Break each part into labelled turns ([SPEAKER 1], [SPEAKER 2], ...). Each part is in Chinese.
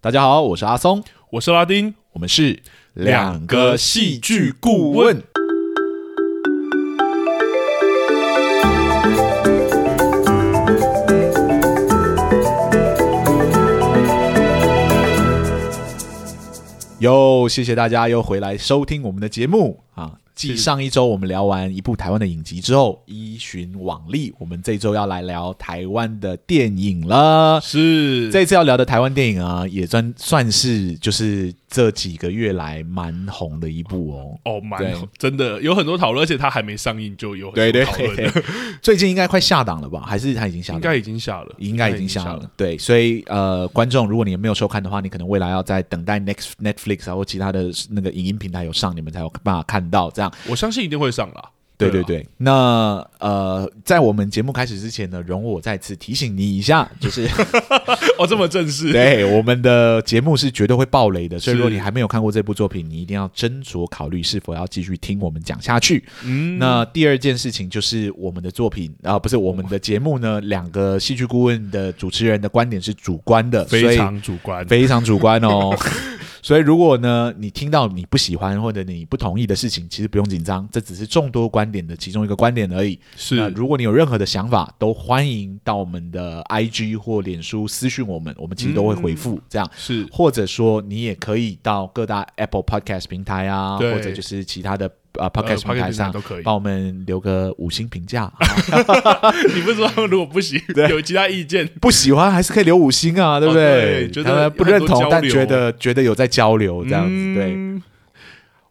[SPEAKER 1] 大家好，我是阿松，
[SPEAKER 2] 我是拉丁，
[SPEAKER 1] 我们是
[SPEAKER 2] 两个戏剧顾问。
[SPEAKER 1] 哟，谢谢大家又回来收听我们的节目啊！继
[SPEAKER 2] 是
[SPEAKER 1] 上一周我们聊完一部台湾的影集之后，依循往例，我们这周要来聊台湾的电影了。
[SPEAKER 2] 是
[SPEAKER 1] 这次要聊的台湾电影啊，也算算是就是这几个月来蛮红的一部哦。
[SPEAKER 2] 哦，蛮
[SPEAKER 1] 对
[SPEAKER 2] 真的有很多讨论，而且它还没上映就有很 多讨论 的，
[SPEAKER 1] 最近应该快下档了吧？还是它已经下
[SPEAKER 2] 应
[SPEAKER 1] 档？
[SPEAKER 2] 该已经下了，
[SPEAKER 1] 应该已经下了，。对，所以呃，观众，如果你没有收看的话，你可能未来要在等待 Next Netflix 啊或其他的那个影音平台有上，你们才有办法看到。这样，
[SPEAKER 2] 我相信一定会上啦。
[SPEAKER 1] 对啊对
[SPEAKER 2] 对啊
[SPEAKER 1] 对。那呃，在我们节目开始之前呢，容我再次提醒你一 下，就是
[SPEAKER 2] 啊，哦，这么正式，
[SPEAKER 1] 对我们的节目是绝对会爆雷的，所以
[SPEAKER 2] 是
[SPEAKER 1] 如果你还没有看过这部作品，你一定要斟酌考虑是否要继续听我们讲下去。
[SPEAKER 2] 嗯，
[SPEAKER 1] 那第二件事情就是我们的作品啊、不是我们的节目呢，两个戏剧顾问的主持人的观点是主观的，所
[SPEAKER 2] 非
[SPEAKER 1] 以。
[SPEAKER 2] 常主观，
[SPEAKER 1] 非常主观哦。 所以如果呢，你听到你不喜欢或者你不同意的事情，其实不用紧张，这只是众多观点的其中一个观点而已。那
[SPEAKER 2] 是
[SPEAKER 1] 如果你有任何的想法，都欢迎到我们的 IG 或脸书私讯我们，我们其实都会回
[SPEAKER 2] 嗯
[SPEAKER 1] 复。这样，
[SPEAKER 2] 是
[SPEAKER 1] 或者说你也可以到各大 Apple Podcast 平台啊，
[SPEAKER 2] 对
[SPEAKER 1] 或者就是其他的呃
[SPEAKER 2] 呃
[SPEAKER 1] Podcast 平台
[SPEAKER 2] Podcast 平台
[SPEAKER 1] 上
[SPEAKER 2] 都。可以。
[SPEAKER 1] 帮我们留个五星评价、 啊
[SPEAKER 2] 你不是说他们如果不行，有其他意见，
[SPEAKER 1] 不喜欢还是可以留五星啊，对不
[SPEAKER 2] 哦
[SPEAKER 1] 对？
[SPEAKER 2] 对觉得
[SPEAKER 1] 他们不认
[SPEAKER 2] 有很
[SPEAKER 1] 同，
[SPEAKER 2] 多
[SPEAKER 1] 但
[SPEAKER 2] 交流
[SPEAKER 1] 觉得觉得有在交流这样子，对。
[SPEAKER 2] 嗯。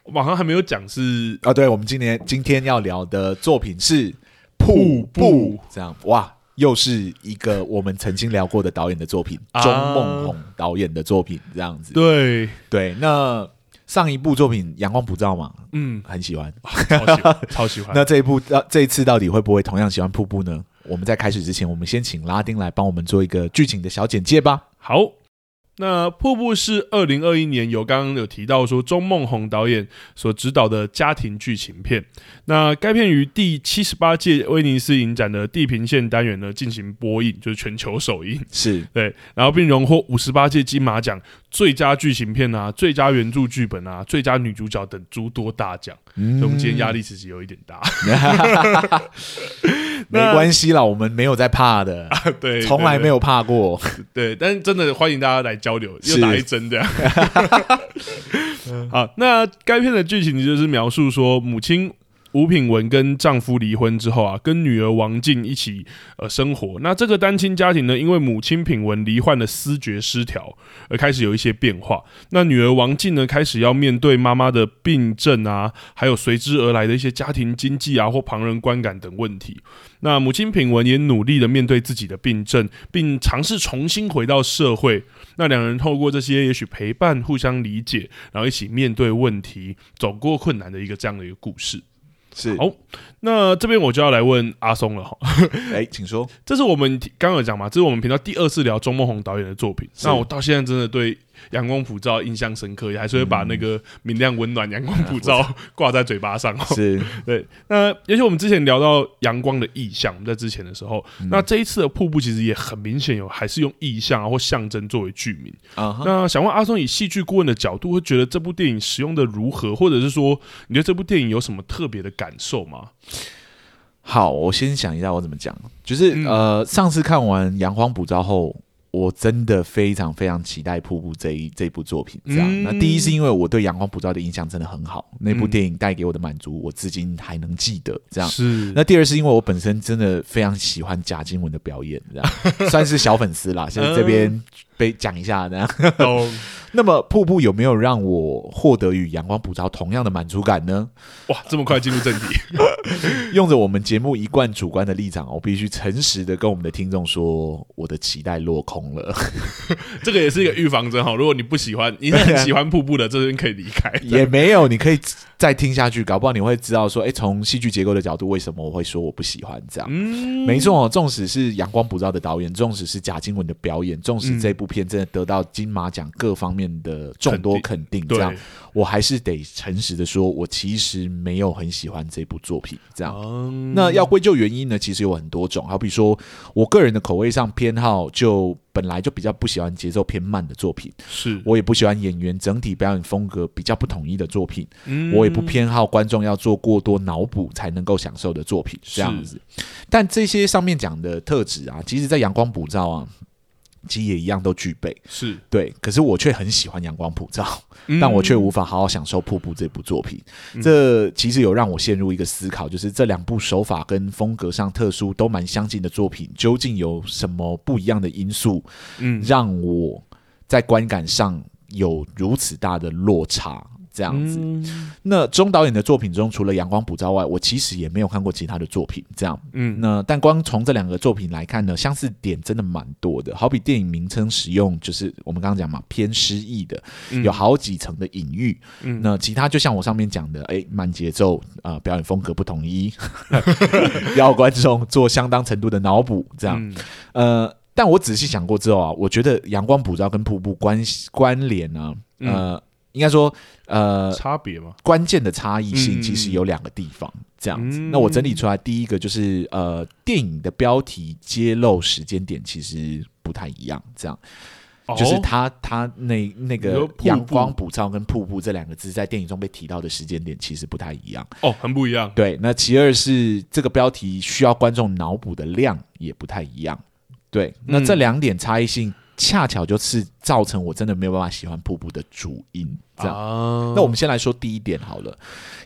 [SPEAKER 2] 我好像还没有讲是
[SPEAKER 1] 啊，对，我们今年今天要聊的作品是《瀑
[SPEAKER 2] 瀑
[SPEAKER 1] 布
[SPEAKER 2] 布》，
[SPEAKER 1] 这样哇，又是一个我们曾经聊过的导演的作品，
[SPEAKER 2] 啊
[SPEAKER 1] 钟梦宏导演的作品，这样子。
[SPEAKER 2] 对，
[SPEAKER 1] 对，那上一部作品《阳光普照》嘛，
[SPEAKER 2] 嗯，
[SPEAKER 1] 很喜欢。
[SPEAKER 2] 超 喜欢，超喜欢。
[SPEAKER 1] 那这一部，呃，这一次到底会不会同样喜欢《瀑布》呢？我们在开始之前，我们先请拉丁来帮我们做一个剧情的小简介吧。
[SPEAKER 2] 好，那《瀑布》是二零二一年由刚刚有提到说钟梦宏导演所执导的家庭剧情片。那该片于第七十八届威尼斯影展的地平线单元呢进行播映，就是全球首映。
[SPEAKER 1] 是
[SPEAKER 2] 对，然后并荣获五十八届金马奖最佳剧情片啊、最佳原著剧本啊、最佳女主角等诸多大奖。所以我们今天压力其实有一点大，
[SPEAKER 1] 嗯 没关系啦，我们没有在怕的，
[SPEAKER 2] 对，
[SPEAKER 1] 从来没
[SPEAKER 2] 有
[SPEAKER 1] 有怕过。
[SPEAKER 2] 对，但是真的欢迎大家来交流，又
[SPEAKER 1] 是
[SPEAKER 2] 打一针这样。好，那该片的剧情就是描述说，母亲吴品文跟丈夫离婚之后啊，跟女儿王静一起呃生活。那这个单亲家庭呢，因为母亲品文罹患了思觉失调，而开始有一些变化。那女儿王静呢，开始要面对妈妈的病症啊，还有随之而来的一些家庭经济啊或旁人观感等问题。那母亲品文也努力的面对自己的病症，并尝试重新回到社会。那两人透过这些，也许陪伴、互相理解，然后一起面对问题，走过困难的一个这样的一个故事。
[SPEAKER 1] 是
[SPEAKER 2] 好那这边我就要来问阿松了哈，
[SPEAKER 1] 哎，请说。
[SPEAKER 2] 这是我们刚刚有讲嘛，这是我们频道第二次聊钟梦宏导演的作品。
[SPEAKER 1] 是
[SPEAKER 2] 那我到现在真的对《阳光普照》印象深刻，也还是会把那个明亮、温暖、阳光普照挂在嘴巴上。
[SPEAKER 1] 是
[SPEAKER 2] 对，那也许我们之前聊到阳光的意象，我们在之前的时候，
[SPEAKER 1] 嗯
[SPEAKER 2] 那这一次的瀑布其实也很明显有，还是用意象啊或象征作为剧名。
[SPEAKER 1] 啊哈，
[SPEAKER 2] 那想问阿松，以戏剧顾问的角度，会觉得这部电影使用的如何，或者是说你对这部电影有什么特别的感受吗？
[SPEAKER 1] 好，我先想一下我怎么讲，就是、
[SPEAKER 2] 嗯
[SPEAKER 1] 呃，上次看完《阳光普照》后，我真的非常非常期待《瀑布》这一这部作品。这样，
[SPEAKER 2] 嗯
[SPEAKER 1] 那第一是因为我对《阳光普照》的印象真的很好，那部电影带给我的满足，我至今还能记得。这样。
[SPEAKER 2] 是
[SPEAKER 1] 那第二是因为我本身真的非常喜欢贾静雯的表演，这 样算是小粉丝啦，现
[SPEAKER 2] 嗯
[SPEAKER 1] 在这边被讲一下这样。
[SPEAKER 2] 懂
[SPEAKER 1] 那么瀑布有没有让我获得与阳光普照同样的满足感呢？
[SPEAKER 2] 哇，这么快进入正题，
[SPEAKER 1] 用着我们节目一贯主观的立场，我必须诚实的跟我们的听众说，我的期待落空了，
[SPEAKER 2] 这个也是一个预防针哈。如果你不喜欢，你很喜欢瀑布的，这边可以离开。
[SPEAKER 1] 也没有。你可以再听下去，搞不好你会知道说，诶，哎从戏剧结构的角度，为什么我会说我不喜欢这样。
[SPEAKER 2] 嗯，
[SPEAKER 1] 没错、哦，纵使是阳光普照的导演，纵使是贾静雯的表演，纵使这部片真的得到金马奖各方面的众多肯定，这样
[SPEAKER 2] 对，
[SPEAKER 1] 我还是得诚实的说，我其实没有很喜欢这部作品，这样。
[SPEAKER 2] 嗯
[SPEAKER 1] 那要归咎原因呢，其实有很多种，好比说我个人的口味上偏好就本来就比较不喜欢节奏偏慢的作品，
[SPEAKER 2] 是，
[SPEAKER 1] 我也不喜欢演员整体表演风格比较不统一的作品，
[SPEAKER 2] 嗯
[SPEAKER 1] 我也不偏好观众要做过多脑补才能够享受的作品
[SPEAKER 2] 是
[SPEAKER 1] 这样子。但这些上面讲的特质啊，其实在阳光普照啊，其实也一样都具备。
[SPEAKER 2] 是，
[SPEAKER 1] 对，可是我却很喜欢阳光普照，
[SPEAKER 2] 嗯
[SPEAKER 1] 但我却无法好好享受《瀑布》这部作品。这其实有让我陷入一个思考，就是这两部手法跟风格上特殊都蛮相近的作品，究竟有什么不一样的因素，
[SPEAKER 2] 嗯
[SPEAKER 1] 让我在观感上有如此大的落差？这
[SPEAKER 2] 这
[SPEAKER 1] 样子，
[SPEAKER 2] 嗯
[SPEAKER 1] 嗯那钟导演的作品中，除了《阳光普照》外，我其实也没有看过其他的作品。这样，
[SPEAKER 2] 嗯，
[SPEAKER 1] 那但光从这两个作品来看呢，相似点真的蛮多的。好比电影名称使用，就是我们刚刚讲嘛，偏诗意的，
[SPEAKER 2] 嗯
[SPEAKER 1] 有好几层的隐喻。
[SPEAKER 2] 嗯
[SPEAKER 1] 那其他就像我上面讲的，哎，慢节奏啊、呃表演风格不统一， 要观众做相当程度的脑补，这样。
[SPEAKER 2] 嗯
[SPEAKER 1] 呃，但我仔细想过之后啊，我觉得阳光普照跟瀑布关系关联呢、
[SPEAKER 2] 嗯
[SPEAKER 1] 呃，应该说呃，
[SPEAKER 2] 差别嘛，
[SPEAKER 1] 关键的差异
[SPEAKER 2] 嗯
[SPEAKER 1] 性其实有两个地方，这样子。
[SPEAKER 2] 嗯
[SPEAKER 1] 那我整理出来，第一个就是呃，电影的标题揭露时间点其实不太一样，这样、就是
[SPEAKER 2] 哦
[SPEAKER 1] 它它那那
[SPEAKER 2] 你说
[SPEAKER 1] 个
[SPEAKER 2] 瀑布
[SPEAKER 1] 阳光普照跟瀑布这两个字在电影中被提到的时间点其实不太一样。
[SPEAKER 2] 哦，很不一样，
[SPEAKER 1] 对，那其二是这个标题需要观众脑补的量也不太一样。对，那这
[SPEAKER 2] 嗯
[SPEAKER 1] 两点差异性恰巧就是造成我真的没有办法喜欢瀑布的主因，这样。
[SPEAKER 2] 样
[SPEAKER 1] 那我们先来说第一点好了，“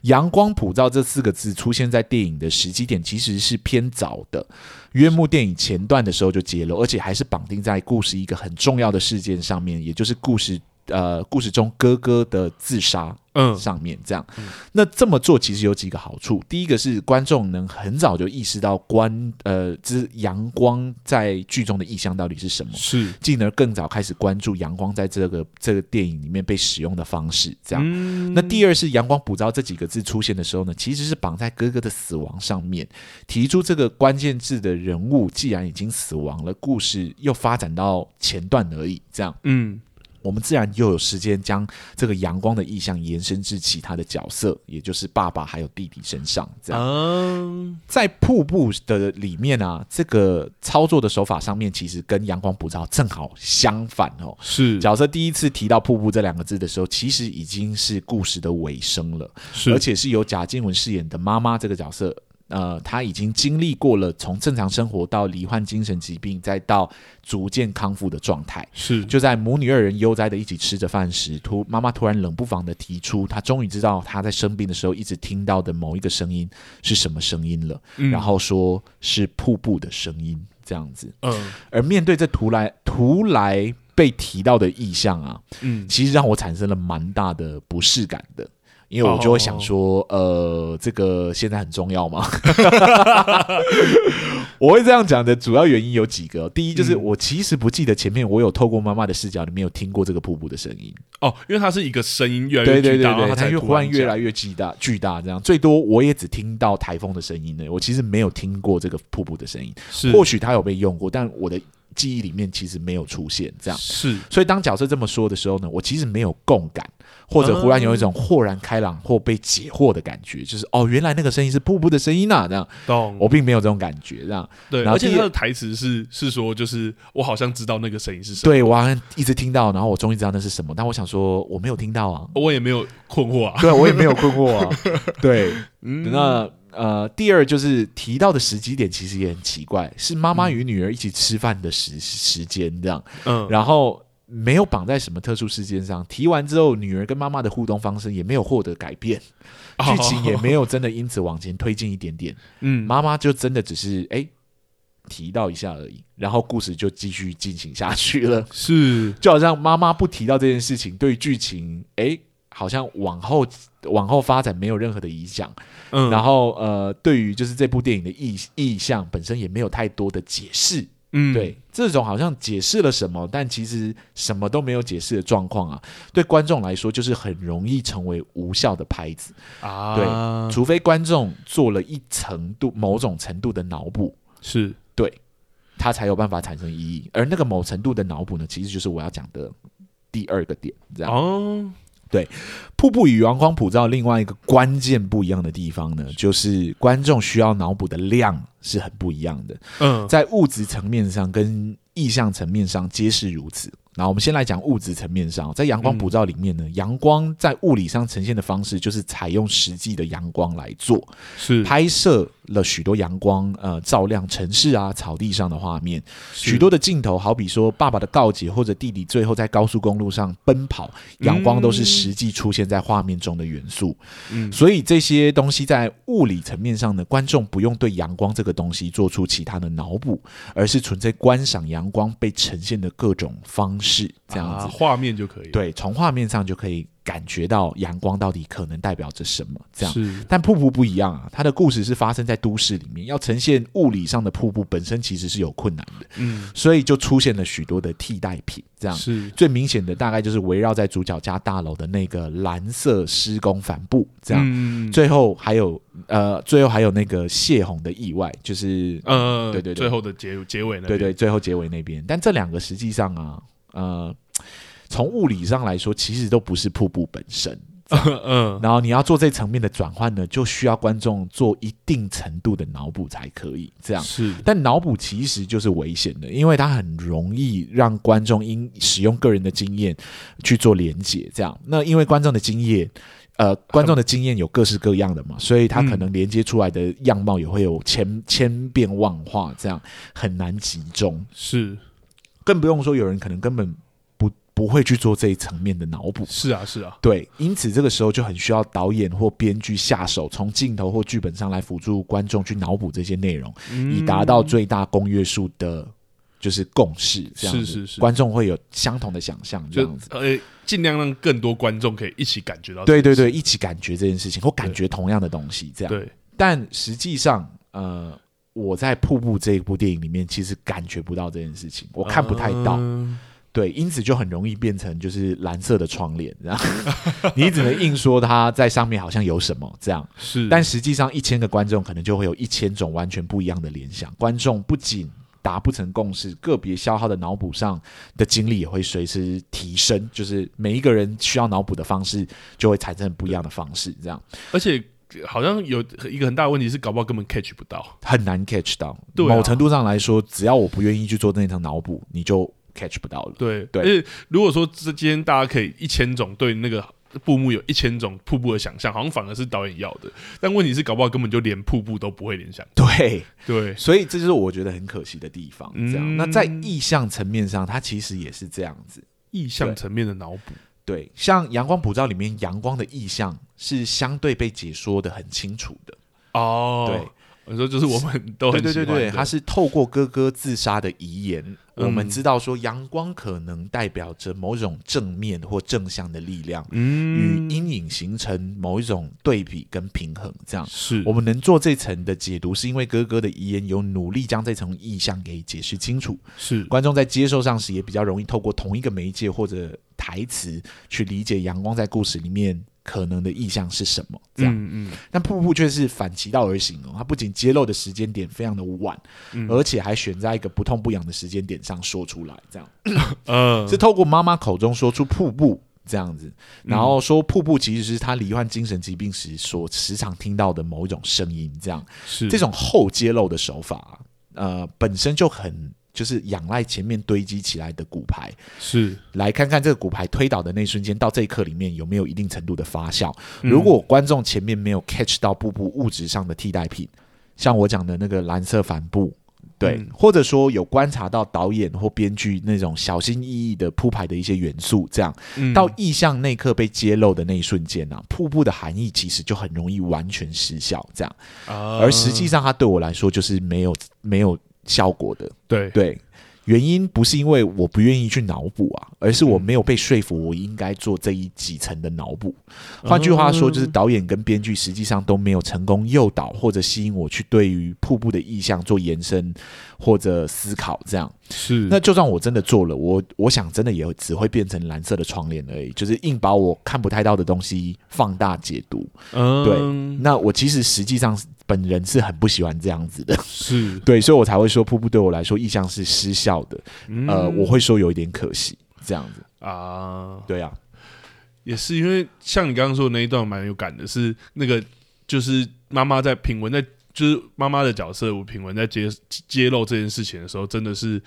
[SPEAKER 1] 阳光普照”这四个字出现在电影的时机点其实是偏早的，约莫电影前段的时候就揭露，而且还是绑定在故事一个很重要的事件上面，也就是故事呃故事中哥哥的自杀
[SPEAKER 2] 嗯
[SPEAKER 1] 上面这样。那这么做其实有几个好处，第一个是观众能很早就意识到观呃之阳光在剧中的意象到底是什么。
[SPEAKER 2] 是
[SPEAKER 1] 进而更早开始关注阳光在这个这个电影里面被使用的方式，这样。
[SPEAKER 2] 嗯
[SPEAKER 1] 那第二是“阳光普照”这几个字出现的时候呢，其实是绑在哥哥的死亡上面。提出这个关键字的人物，既然已经死亡了，故事又发展到前段而已，这样
[SPEAKER 2] 嗯
[SPEAKER 1] 我们自然又有时间将这个阳光的意象延伸至其他的角色，也就是爸爸还有弟弟身上。这样，
[SPEAKER 2] 啊
[SPEAKER 1] 在瀑布的里面啊，这个操作的手法上面，其实跟阳光普照正好相反哦。
[SPEAKER 2] 是
[SPEAKER 1] 角色第一次提到“瀑布”这两个字的时候，其实已经是故事的尾声了。
[SPEAKER 2] 是，
[SPEAKER 1] 而且是由贾静雯饰演的妈妈这个角色。呃，她已经经历过了从正常生活到罹患精神疾病，再到逐渐康复的状态。
[SPEAKER 2] 是
[SPEAKER 1] 就在母女二人悠哉的一起吃着饭时，突妈妈突然冷不防的提出，她终于知道她在生病的时候一直听到的某一个声音是什么声音了，
[SPEAKER 2] 嗯
[SPEAKER 1] 然后说是瀑布的声音这样子。
[SPEAKER 2] 嗯
[SPEAKER 1] 而面对这突来突来被提到的意象啊，
[SPEAKER 2] 嗯
[SPEAKER 1] 其实让我产生了蛮大的不适感的。因为我就会想说
[SPEAKER 2] 哦
[SPEAKER 1] 呃，这个现在很重要吗？ 我会这样讲的主要原因有几个哦、第一，就是
[SPEAKER 2] 嗯
[SPEAKER 1] 我其实不记得前面我有透过妈妈的视角里面有听过这个瀑布的声音。
[SPEAKER 2] 哦，因为它是一个声音越来
[SPEAKER 1] 对
[SPEAKER 2] 越
[SPEAKER 1] 对
[SPEAKER 2] 巨
[SPEAKER 1] 对
[SPEAKER 2] 大，然后
[SPEAKER 1] 对，
[SPEAKER 2] 它
[SPEAKER 1] 它
[SPEAKER 2] 才
[SPEAKER 1] 越
[SPEAKER 2] 突
[SPEAKER 1] 忽然越
[SPEAKER 2] 讲
[SPEAKER 1] 来越巨大巨大，这样最多我也只听到台风的声音呢。我其实没有听过这个瀑布的声音，
[SPEAKER 2] 是
[SPEAKER 1] 或许它有被用过，但我的记忆里面其实没有出现这样。
[SPEAKER 2] 是
[SPEAKER 1] 所以当角色这么说的时候呢，我其实没有共感，或者忽然有一种豁然开朗或被解惑的感觉，就是哦，原来那个声音是瀑布的声音啊呐、这样
[SPEAKER 2] 懂
[SPEAKER 1] 我并没有这种感觉，这样
[SPEAKER 2] 对，
[SPEAKER 1] 然后
[SPEAKER 2] 而且
[SPEAKER 1] 第
[SPEAKER 2] 他
[SPEAKER 1] 二
[SPEAKER 2] 的台词是是说，就是我好像知道那个声音是什么，
[SPEAKER 1] 对我好像一直听到，然后我终于知道那是什么，但我想说我没有听到啊，
[SPEAKER 2] 我也没有困惑啊。
[SPEAKER 1] 对我也没有困惑啊，对，
[SPEAKER 2] 嗯
[SPEAKER 1] 那呃，第二就是提到的时机点其实也很奇怪，是妈妈与女儿一起吃饭的时时间这样，
[SPEAKER 2] 嗯，
[SPEAKER 1] 然后没有绑在什么特殊事件上。提完之后，女儿跟妈妈的互动方式也没有获得改变，剧情也没有真的因此往前推进一点点。
[SPEAKER 2] 嗯，
[SPEAKER 1] 妈妈就真的只是哎提到一下而已，然后故事就继续进行下去了。
[SPEAKER 2] 是
[SPEAKER 1] 就好像妈妈不提到这件事情，对于剧情哎好像往后往后发展没有任何的影响。
[SPEAKER 2] 嗯，
[SPEAKER 1] 然
[SPEAKER 2] 后
[SPEAKER 1] 后呃，对于就是这部电影的意意象本身也没有太多的解释。
[SPEAKER 2] 嗯
[SPEAKER 1] 对，这种好像解释了什么，但其实什么都没有解释的状况啊，对观众来说就是很容易成为无效的拍子，
[SPEAKER 2] 啊，
[SPEAKER 1] 除非观众做了一程度某种程度的脑补，
[SPEAKER 2] 是
[SPEAKER 1] 它才有办法产生意义。而那个某程度的脑补呢，其实就是我要讲的第二个点，这样。
[SPEAKER 2] 哦，
[SPEAKER 1] 瀑布与阳光普照另外一个关键不一样的地方呢，就是观众需要脑补的量是很不一样的，
[SPEAKER 2] 嗯，
[SPEAKER 1] 在物质层面上跟意象层面上皆是如此。那我们先来讲物质层面上，在阳光普照里面呢，阳光在物理上呈现的方式就是采用实际的阳光来做，
[SPEAKER 2] 是
[SPEAKER 1] 拍摄了许多阳光呃照亮城市啊草地上的画面，
[SPEAKER 2] 是
[SPEAKER 1] 许多的镜头，好比说爸爸的告解，或者弟弟最后在高速公路上奔跑，阳光都是实际出现在画面中的元素。
[SPEAKER 2] 嗯
[SPEAKER 1] 所以这些东西在物理层面上呢，观众不用对阳光这个东西做出其他的脑补，而是纯粹观赏阳光被呈现的各种方式，这样子。
[SPEAKER 2] 啊画面就可以了，
[SPEAKER 1] 对，从画面上就可以感觉到阳光到底可能代表着什么，这样。
[SPEAKER 2] 是
[SPEAKER 1] 但瀑布不一样啊，它的故事是发生在都市里面，要呈现物理上的瀑布本身其实是有困难的，
[SPEAKER 2] 嗯
[SPEAKER 1] 所以就出现了许多的替代品。这样
[SPEAKER 2] 是
[SPEAKER 1] 最明显的大概就是围绕在主角家大楼的那个蓝色施工帆布，这样。
[SPEAKER 2] 嗯
[SPEAKER 1] 最后还有呃，最后还有那个泄洪的意外，就是
[SPEAKER 2] 呃，
[SPEAKER 1] 对对对
[SPEAKER 2] 最后的结结尾呢？
[SPEAKER 1] 对 对，最后结尾那边。但这两个实际上啊，呃，从物理上来说，其实都不是瀑布本身。
[SPEAKER 2] 嗯，
[SPEAKER 1] 然后你要做这层面的转换呢，就需要观众做一定程度的脑补才可以这样。
[SPEAKER 2] 是
[SPEAKER 1] 但脑补其实就是危险的，因为它很容易让观众因使用个人的经验去做连结。这样，那因为观众的经验，呃，观众的经验有各式各样的嘛，所以他可能连接出来的样貌也会有千千变万化，这样很难集中。
[SPEAKER 2] 是
[SPEAKER 1] 更不用说有人可能根本不不会去做这一层面的脑补。
[SPEAKER 2] 是啊是啊，
[SPEAKER 1] 对，因此这个时候就很需要导演或编剧下手，从镜头或剧本上来辅助观众去脑补这些内容，
[SPEAKER 2] 嗯
[SPEAKER 1] 以达到最大公约数的，就是共识。这样子，
[SPEAKER 2] 是是是
[SPEAKER 1] 观众会有相同的想象，这
[SPEAKER 2] 就
[SPEAKER 1] 样子。
[SPEAKER 2] 呃，尽量让更多观众可以一起感觉到这
[SPEAKER 1] 对
[SPEAKER 2] 件事。
[SPEAKER 1] 对对，一起感觉这件事情，或感觉同样的东西，这样。
[SPEAKER 2] 对，
[SPEAKER 1] 但实际上，呃，我在《瀑布》这一部电影里面，其实感觉不到这件事情，我看不太到。
[SPEAKER 2] 嗯
[SPEAKER 1] 对，因此就很容易变成就是蓝色的窗帘，然后 你只能硬说它在上面好像有什么这样。
[SPEAKER 2] 是，
[SPEAKER 1] 但实际上，一千个观众可能就会有一千种完全不一样的联想。观众不仅达不成共识，个别消耗的脑补上的精力也会随之提升，就是每一个人需要脑补的方式就会产生不一样的方式，这样
[SPEAKER 2] 而且好像有一个很大的问题是，搞不好根本 catch 不到。
[SPEAKER 1] 很难 catch 到。
[SPEAKER 2] 对啊
[SPEAKER 1] 某程度上来说，只要我不愿意去做那层脑补，你就 catch 不到了。
[SPEAKER 2] 对
[SPEAKER 1] 对
[SPEAKER 2] 而且如果说这今天大家可以一千种对那个。瀑布有一千种瀑布的想象，好像反而是导演要的，但问题是，搞不好根本就连瀑布都不会联想。
[SPEAKER 1] 对，
[SPEAKER 2] 对，
[SPEAKER 1] 所以这就是我觉得很可惜的地方。这样，
[SPEAKER 2] 嗯
[SPEAKER 1] 那在意象层面上，它其实也是这样子。
[SPEAKER 2] 意
[SPEAKER 1] 对
[SPEAKER 2] 象层面的脑补，
[SPEAKER 1] 对，像《阳光普照》里面，阳光的意象是相对被解说的很清楚的。
[SPEAKER 2] 哦，对，你说就是我们都
[SPEAKER 1] 对
[SPEAKER 2] 哦很
[SPEAKER 1] 对
[SPEAKER 2] 喜
[SPEAKER 1] 对
[SPEAKER 2] 欢
[SPEAKER 1] 对，
[SPEAKER 2] 的
[SPEAKER 1] 它是透过哥哥自杀的遗言，
[SPEAKER 2] 嗯
[SPEAKER 1] 我们知道说阳光可能代表着某种正面或正向的力量，与
[SPEAKER 2] 嗯，
[SPEAKER 1] 阴影形成某一种对比跟平衡。这样，
[SPEAKER 2] 是
[SPEAKER 1] 我们能做这层的解读，是因为哥哥的遗言有努力将这层意象给解释清楚。
[SPEAKER 2] 是
[SPEAKER 1] 观众在接受上时也比较容易透过同一个媒介或者台词去理解阳光在故事里面可能的意象是什么。这样，
[SPEAKER 2] 嗯嗯
[SPEAKER 1] 但瀑布却是反其道而行哦，它不仅揭露的时间点非常的晚，
[SPEAKER 2] 嗯
[SPEAKER 1] 而且还选在一个不痛不痒的时间点上说出来，这样
[SPEAKER 2] 呃
[SPEAKER 1] 是透过妈妈口中说出瀑布。这样子，
[SPEAKER 2] 嗯
[SPEAKER 1] 然后说瀑布其实是他罹患精神疾病时所时常听到的某一种声音，这样
[SPEAKER 2] 是
[SPEAKER 1] 这种后揭露的手法啊，呃，本身就很就是仰赖前面堆积起来的骨牌，
[SPEAKER 2] 是
[SPEAKER 1] 来看看这个骨牌推倒的那一瞬间到这一刻里面有没有一定程度的发酵。
[SPEAKER 2] 嗯
[SPEAKER 1] 如果观众前面没有 catch 到步步物质上的替代品，像我讲的那个蓝色帆布。对
[SPEAKER 2] 嗯，
[SPEAKER 1] 或者说有观察到导演或编剧那种小心翼翼的铺排的一些元素，这样
[SPEAKER 2] 嗯
[SPEAKER 1] 到意象那一刻被揭露的那一瞬间啊，瀑布的含义其实就很容易完全失效。这样，
[SPEAKER 2] 啊
[SPEAKER 1] 而实际上它对我来说就是没有没有效果的。
[SPEAKER 2] 对
[SPEAKER 1] 对，原因不是因为我不愿意去脑补啊，而是我没有被说服，我应该做这一几层的脑补。换句话说，就是导演跟编剧实际上都没有成功诱导或者吸引我去对于瀑布的意象做延伸或者思考。这样，
[SPEAKER 2] 是
[SPEAKER 1] 那就算我真的做了，我我想真的也只会变成蓝色的窗帘而已，就是硬把我看不太到的东西放大解读。
[SPEAKER 2] 嗯
[SPEAKER 1] 那我其实实际上本人是很不喜欢这样子的，
[SPEAKER 2] 是
[SPEAKER 1] 对，所以我才会说瀑布对我来说意象是失效的。
[SPEAKER 2] 嗯
[SPEAKER 1] 呃，我会说有一点可惜，这样子。
[SPEAKER 2] 啊，
[SPEAKER 1] 对啊，
[SPEAKER 2] 也是因为像你刚刚说的那一段蛮有感的是，那个就是妈妈在品文在就是妈妈的角色，吴品文在揭揭露这件事情的时候，真的是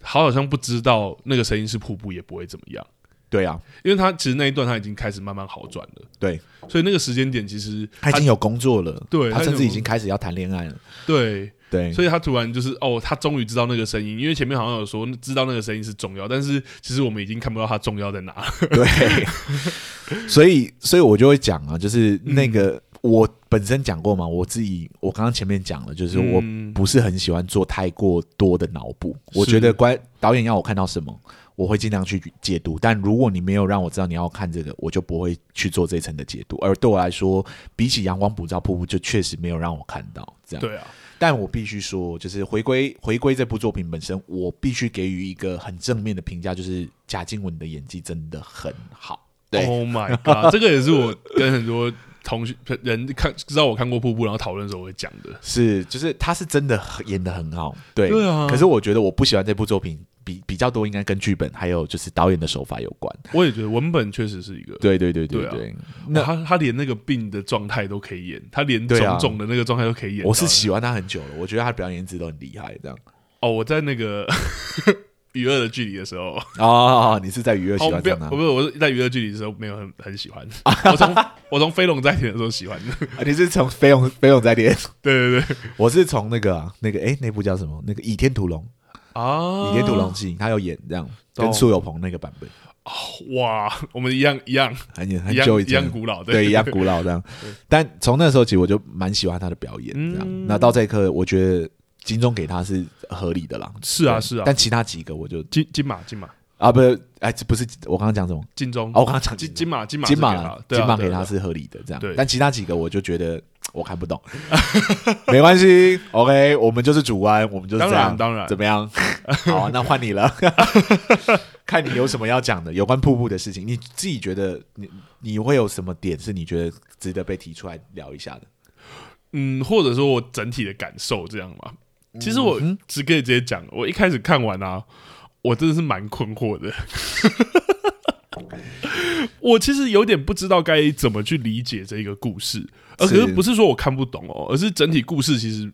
[SPEAKER 2] 好好像不知道那个声音是瀑布也不会怎么样，
[SPEAKER 1] 对啊，
[SPEAKER 2] 因为他其实那一段他已经开始慢慢好转了，
[SPEAKER 1] 对，
[SPEAKER 2] 所以那个时间点其实
[SPEAKER 1] 他已经有工作了，
[SPEAKER 2] 对
[SPEAKER 1] 他甚
[SPEAKER 2] 他
[SPEAKER 1] 至
[SPEAKER 2] 有
[SPEAKER 1] 已经开始要谈恋爱了，
[SPEAKER 2] 对
[SPEAKER 1] 对，
[SPEAKER 2] 所以他突然就是哦，他终于知道那个声音，因为前面好像有说知道那个声音是重要，但是其实我们已经看不到它重要在哪了。
[SPEAKER 1] 对， 所以所以我就会讲啊，就是那个、我本身讲过嘛，我自己我刚刚前面讲了，就是我
[SPEAKER 2] 嗯
[SPEAKER 1] 不是很喜欢做太过多的脑补，我
[SPEAKER 2] 是
[SPEAKER 1] 觉得关导演要我看到什么。我会尽量去解读，但如果你没有让我知道你要看这个，我就不会去做这层的解读。而对我来说，比起阳光普照瀑布，就确实没有让我看到这样。
[SPEAKER 2] 对啊，
[SPEAKER 1] 但我必须说，就是回归回归这部作品本身，我必须给予一个很正面的评价，就是贾静雯的演技真的很好。对
[SPEAKER 2] o h Oh my god，这个也是我跟很多同学人看知道我看过瀑布，然后讨论的时候会讲的。
[SPEAKER 1] 是，就是她是真的很演的很好，对。
[SPEAKER 2] 对啊
[SPEAKER 1] 可是我觉得我不喜欢这部作品比比较多，应该跟剧本还有就是导演的手法有关。
[SPEAKER 2] 我也觉得文本确实是一个，
[SPEAKER 1] 对对对对
[SPEAKER 2] 对啊
[SPEAKER 1] 对，
[SPEAKER 2] 哇
[SPEAKER 1] 那
[SPEAKER 2] 他他连那个病的状态都可以演，他连
[SPEAKER 1] 对啊
[SPEAKER 2] 种种的那个状态都可以演到。
[SPEAKER 1] 我是喜欢她很久了，我觉得她的表演一直都很厉害，这 样。
[SPEAKER 2] 哦，我在那个 娱乐的距离的时候，
[SPEAKER 1] 哦，你是在娱乐喜
[SPEAKER 2] 哦，
[SPEAKER 1] 欢啊
[SPEAKER 2] 不要，
[SPEAKER 1] 上
[SPEAKER 2] 我
[SPEAKER 1] 她，
[SPEAKER 2] 不是我是在娱乐距离的时候没有很很喜欢， 我从我从飞龙在天的时候喜欢 的，
[SPEAKER 1] 啊你是从《飞龙飞龙在天》，
[SPEAKER 2] 对对对，
[SPEAKER 1] 我是从那个啊那个哎那部叫什么？那个《倚天屠龙》。《
[SPEAKER 2] 啊
[SPEAKER 1] 倚天屠龙记》，他有演这样，
[SPEAKER 2] 懂
[SPEAKER 1] 跟苏有朋那个版本，
[SPEAKER 2] 哇，我们一样一样
[SPEAKER 1] 很很
[SPEAKER 2] 一
[SPEAKER 1] 久
[SPEAKER 2] 样
[SPEAKER 1] 以
[SPEAKER 2] 一
[SPEAKER 1] 前
[SPEAKER 2] 样，古老，
[SPEAKER 1] 对，一样古老这样。但从那时候起，我就蛮喜欢他的表演，这样。
[SPEAKER 2] 嗯
[SPEAKER 1] 那到这一刻，我觉得金钟给他是合理的啦。
[SPEAKER 2] 是啊
[SPEAKER 1] 对
[SPEAKER 2] 是啊，
[SPEAKER 1] 但其他几个我就
[SPEAKER 2] 金金马金马
[SPEAKER 1] 啊，不是，哎，这不是我刚刚讲什么？
[SPEAKER 2] 金钟，
[SPEAKER 1] 哦，我刚刚讲
[SPEAKER 2] 金金马金马
[SPEAKER 1] 金马
[SPEAKER 2] 是给
[SPEAKER 1] 啦
[SPEAKER 2] 他对啊
[SPEAKER 1] 金马
[SPEAKER 2] 对啊
[SPEAKER 1] 给他
[SPEAKER 2] 对啊
[SPEAKER 1] 是合理的这样
[SPEAKER 2] 对。
[SPEAKER 1] 但其他几个我就觉得我看不 懂，没关系，OK，我们就是主弯，我们就是
[SPEAKER 2] 当
[SPEAKER 1] 这样
[SPEAKER 2] 然。当然
[SPEAKER 1] 怎么样？好、啊，那换你 了，看你有什么要讲的有关瀑布的事情。你自己觉得你你会有什么点是你觉得值得被提出来聊一下的？
[SPEAKER 2] 嗯，或者说我整体的感受这样嘛。其实我
[SPEAKER 1] 嗯
[SPEAKER 2] 只可以直接讲，我一开始看完啊，我真的是蛮困惑的。 我其实有点不知道该怎么去理解这个故事，而可
[SPEAKER 1] 是
[SPEAKER 2] 是不是说我看不懂哦，而是整体故事其实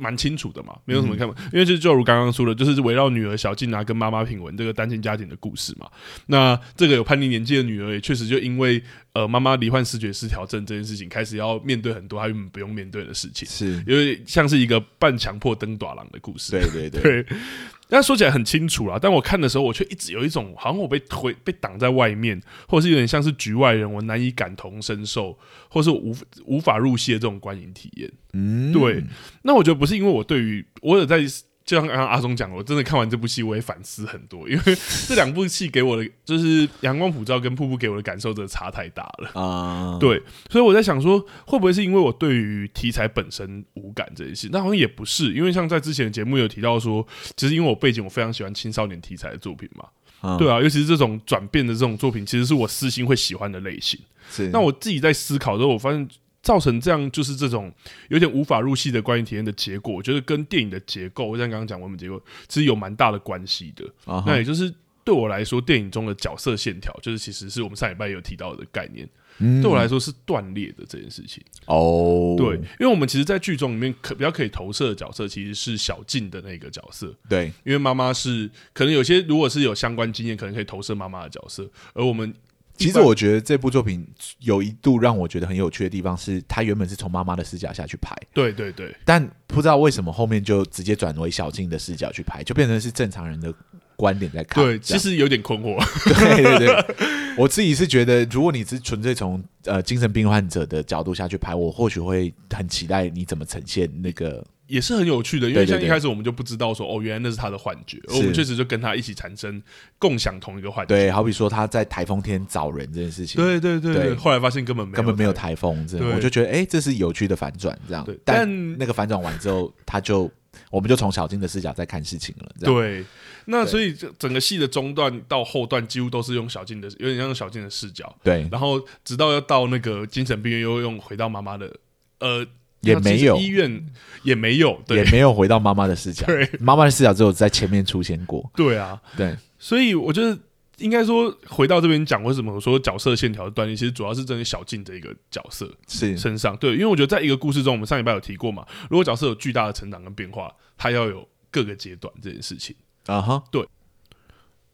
[SPEAKER 2] 蛮清楚的嘛，没
[SPEAKER 1] 嗯
[SPEAKER 2] 有什么看不，因为就就如刚刚说的，就是围绕女儿小静啊跟妈妈品文这个单亲家庭的故事嘛。那这个有叛逆年纪的女儿也确实就因为呃妈妈罹患视觉失调症这件事情，开始要面对很多她原本不用面对的事情，
[SPEAKER 1] 是，
[SPEAKER 2] 因为像是一个半强迫登短郎的故事。
[SPEAKER 1] 对对对，
[SPEAKER 2] 对， 那说起来很清楚啦，但我看的时候，我却一直有一种好像我被推、被挡在外面，或者是有点像是局外人，我难以感同身受，或是我无无法入戏的这种观影体验。
[SPEAKER 1] 嗯，
[SPEAKER 2] 对，那我觉得不是因为我对于我有在。就像刚刚阿松讲，我真的看完这部戏，我也反思很多，因 为这两部戏给我的就是《阳光普照》跟《瀑布》给我的感受真的差太大了。
[SPEAKER 1] 啊、
[SPEAKER 2] 对，所以我在想说，会不会是因为我对于题材本身无感这件事？那好像也不是，因为像在之前的节目有提到说，其实因为我背景我非常喜欢青少年题材的作品嘛，
[SPEAKER 1] 嗯
[SPEAKER 2] 对啊，尤其是这种转变的这种作品，其实是我私心会喜欢的类型。
[SPEAKER 1] 是。
[SPEAKER 2] 那我自己在思考之后，我发现造成这样就是这种有点无法入戏的观影体验的结果，我觉得跟电影的结构，像刚刚讲文本结构，其实有蛮大的关系的。
[SPEAKER 1] 啊哈
[SPEAKER 2] 那也就是对我来说，电影中的角色线条，就是其实是我们上礼拜有提到的概念，
[SPEAKER 1] 嗯
[SPEAKER 2] 对我来说是断裂的这件事情。
[SPEAKER 1] 哦，
[SPEAKER 2] 对，因为我们其实，在剧中里面可比较可以投射的角色，其实是小静的那个角色，
[SPEAKER 1] 对
[SPEAKER 2] 因为妈妈是可能有些如果是有相关经验，可能可以投射妈妈的角色，而我们
[SPEAKER 1] 其实我觉得这部作品有一度让我觉得很有趣的地方是，它原本是从妈妈的视角下去拍，
[SPEAKER 2] 对对对
[SPEAKER 1] 但不知道为什么后面就直接转为小静的视角去拍，就变成是正常人的观点在看。这
[SPEAKER 2] 对，其
[SPEAKER 1] 样
[SPEAKER 2] 实有点困惑。
[SPEAKER 1] 对对对， 我自己是觉得，如果你是纯粹从呃精神病患者的角度下去拍，我或许会很期待你怎么呈现那个。
[SPEAKER 2] 也是很有趣的，因
[SPEAKER 1] 对
[SPEAKER 2] 为
[SPEAKER 1] 对
[SPEAKER 2] 像一
[SPEAKER 1] 对
[SPEAKER 2] 开始我们就不知道说哦，原来那是他的幻觉，而
[SPEAKER 1] 是
[SPEAKER 2] 我们确实就跟他一起产生共享同一个幻觉。
[SPEAKER 1] 对，好比说他在台风天找人这件事情，
[SPEAKER 2] 对对对
[SPEAKER 1] 对
[SPEAKER 2] 对，后来发现根本没有
[SPEAKER 1] 根本没有台风，这样
[SPEAKER 2] 对
[SPEAKER 1] 我就觉得哎、诶这是有趣的反转，这样
[SPEAKER 2] 对。
[SPEAKER 1] 但
[SPEAKER 2] 但
[SPEAKER 1] 那个反转完之后，他就我们就从小静的视角在看事情了，这样。
[SPEAKER 2] 对，那
[SPEAKER 1] 对
[SPEAKER 2] 所以这整个戏的中段到后段几乎都是用小静的，有点像小静的视角，
[SPEAKER 1] 对，
[SPEAKER 2] 然后直到要到那个精神病院，又用回到妈妈的呃
[SPEAKER 1] 也
[SPEAKER 2] 那其
[SPEAKER 1] 没
[SPEAKER 2] 实
[SPEAKER 1] 有
[SPEAKER 2] 医院也没有，
[SPEAKER 1] 也
[SPEAKER 2] 对
[SPEAKER 1] 没有回到妈妈的视角
[SPEAKER 2] 对，
[SPEAKER 1] 妈妈的视角只有在前面出现过。
[SPEAKER 2] 对啊，
[SPEAKER 1] 对，
[SPEAKER 2] 所以我觉得应该说回到这边讲，为什么我说角色线条的锻炼，其实主要是针对小静这一个角色
[SPEAKER 1] 是
[SPEAKER 2] 身上。对，因为我觉得在一个故事中，我们上礼拜有提过嘛，如果角色有巨大的成长跟变化，他要有各个阶段这件事情。
[SPEAKER 1] 啊哈，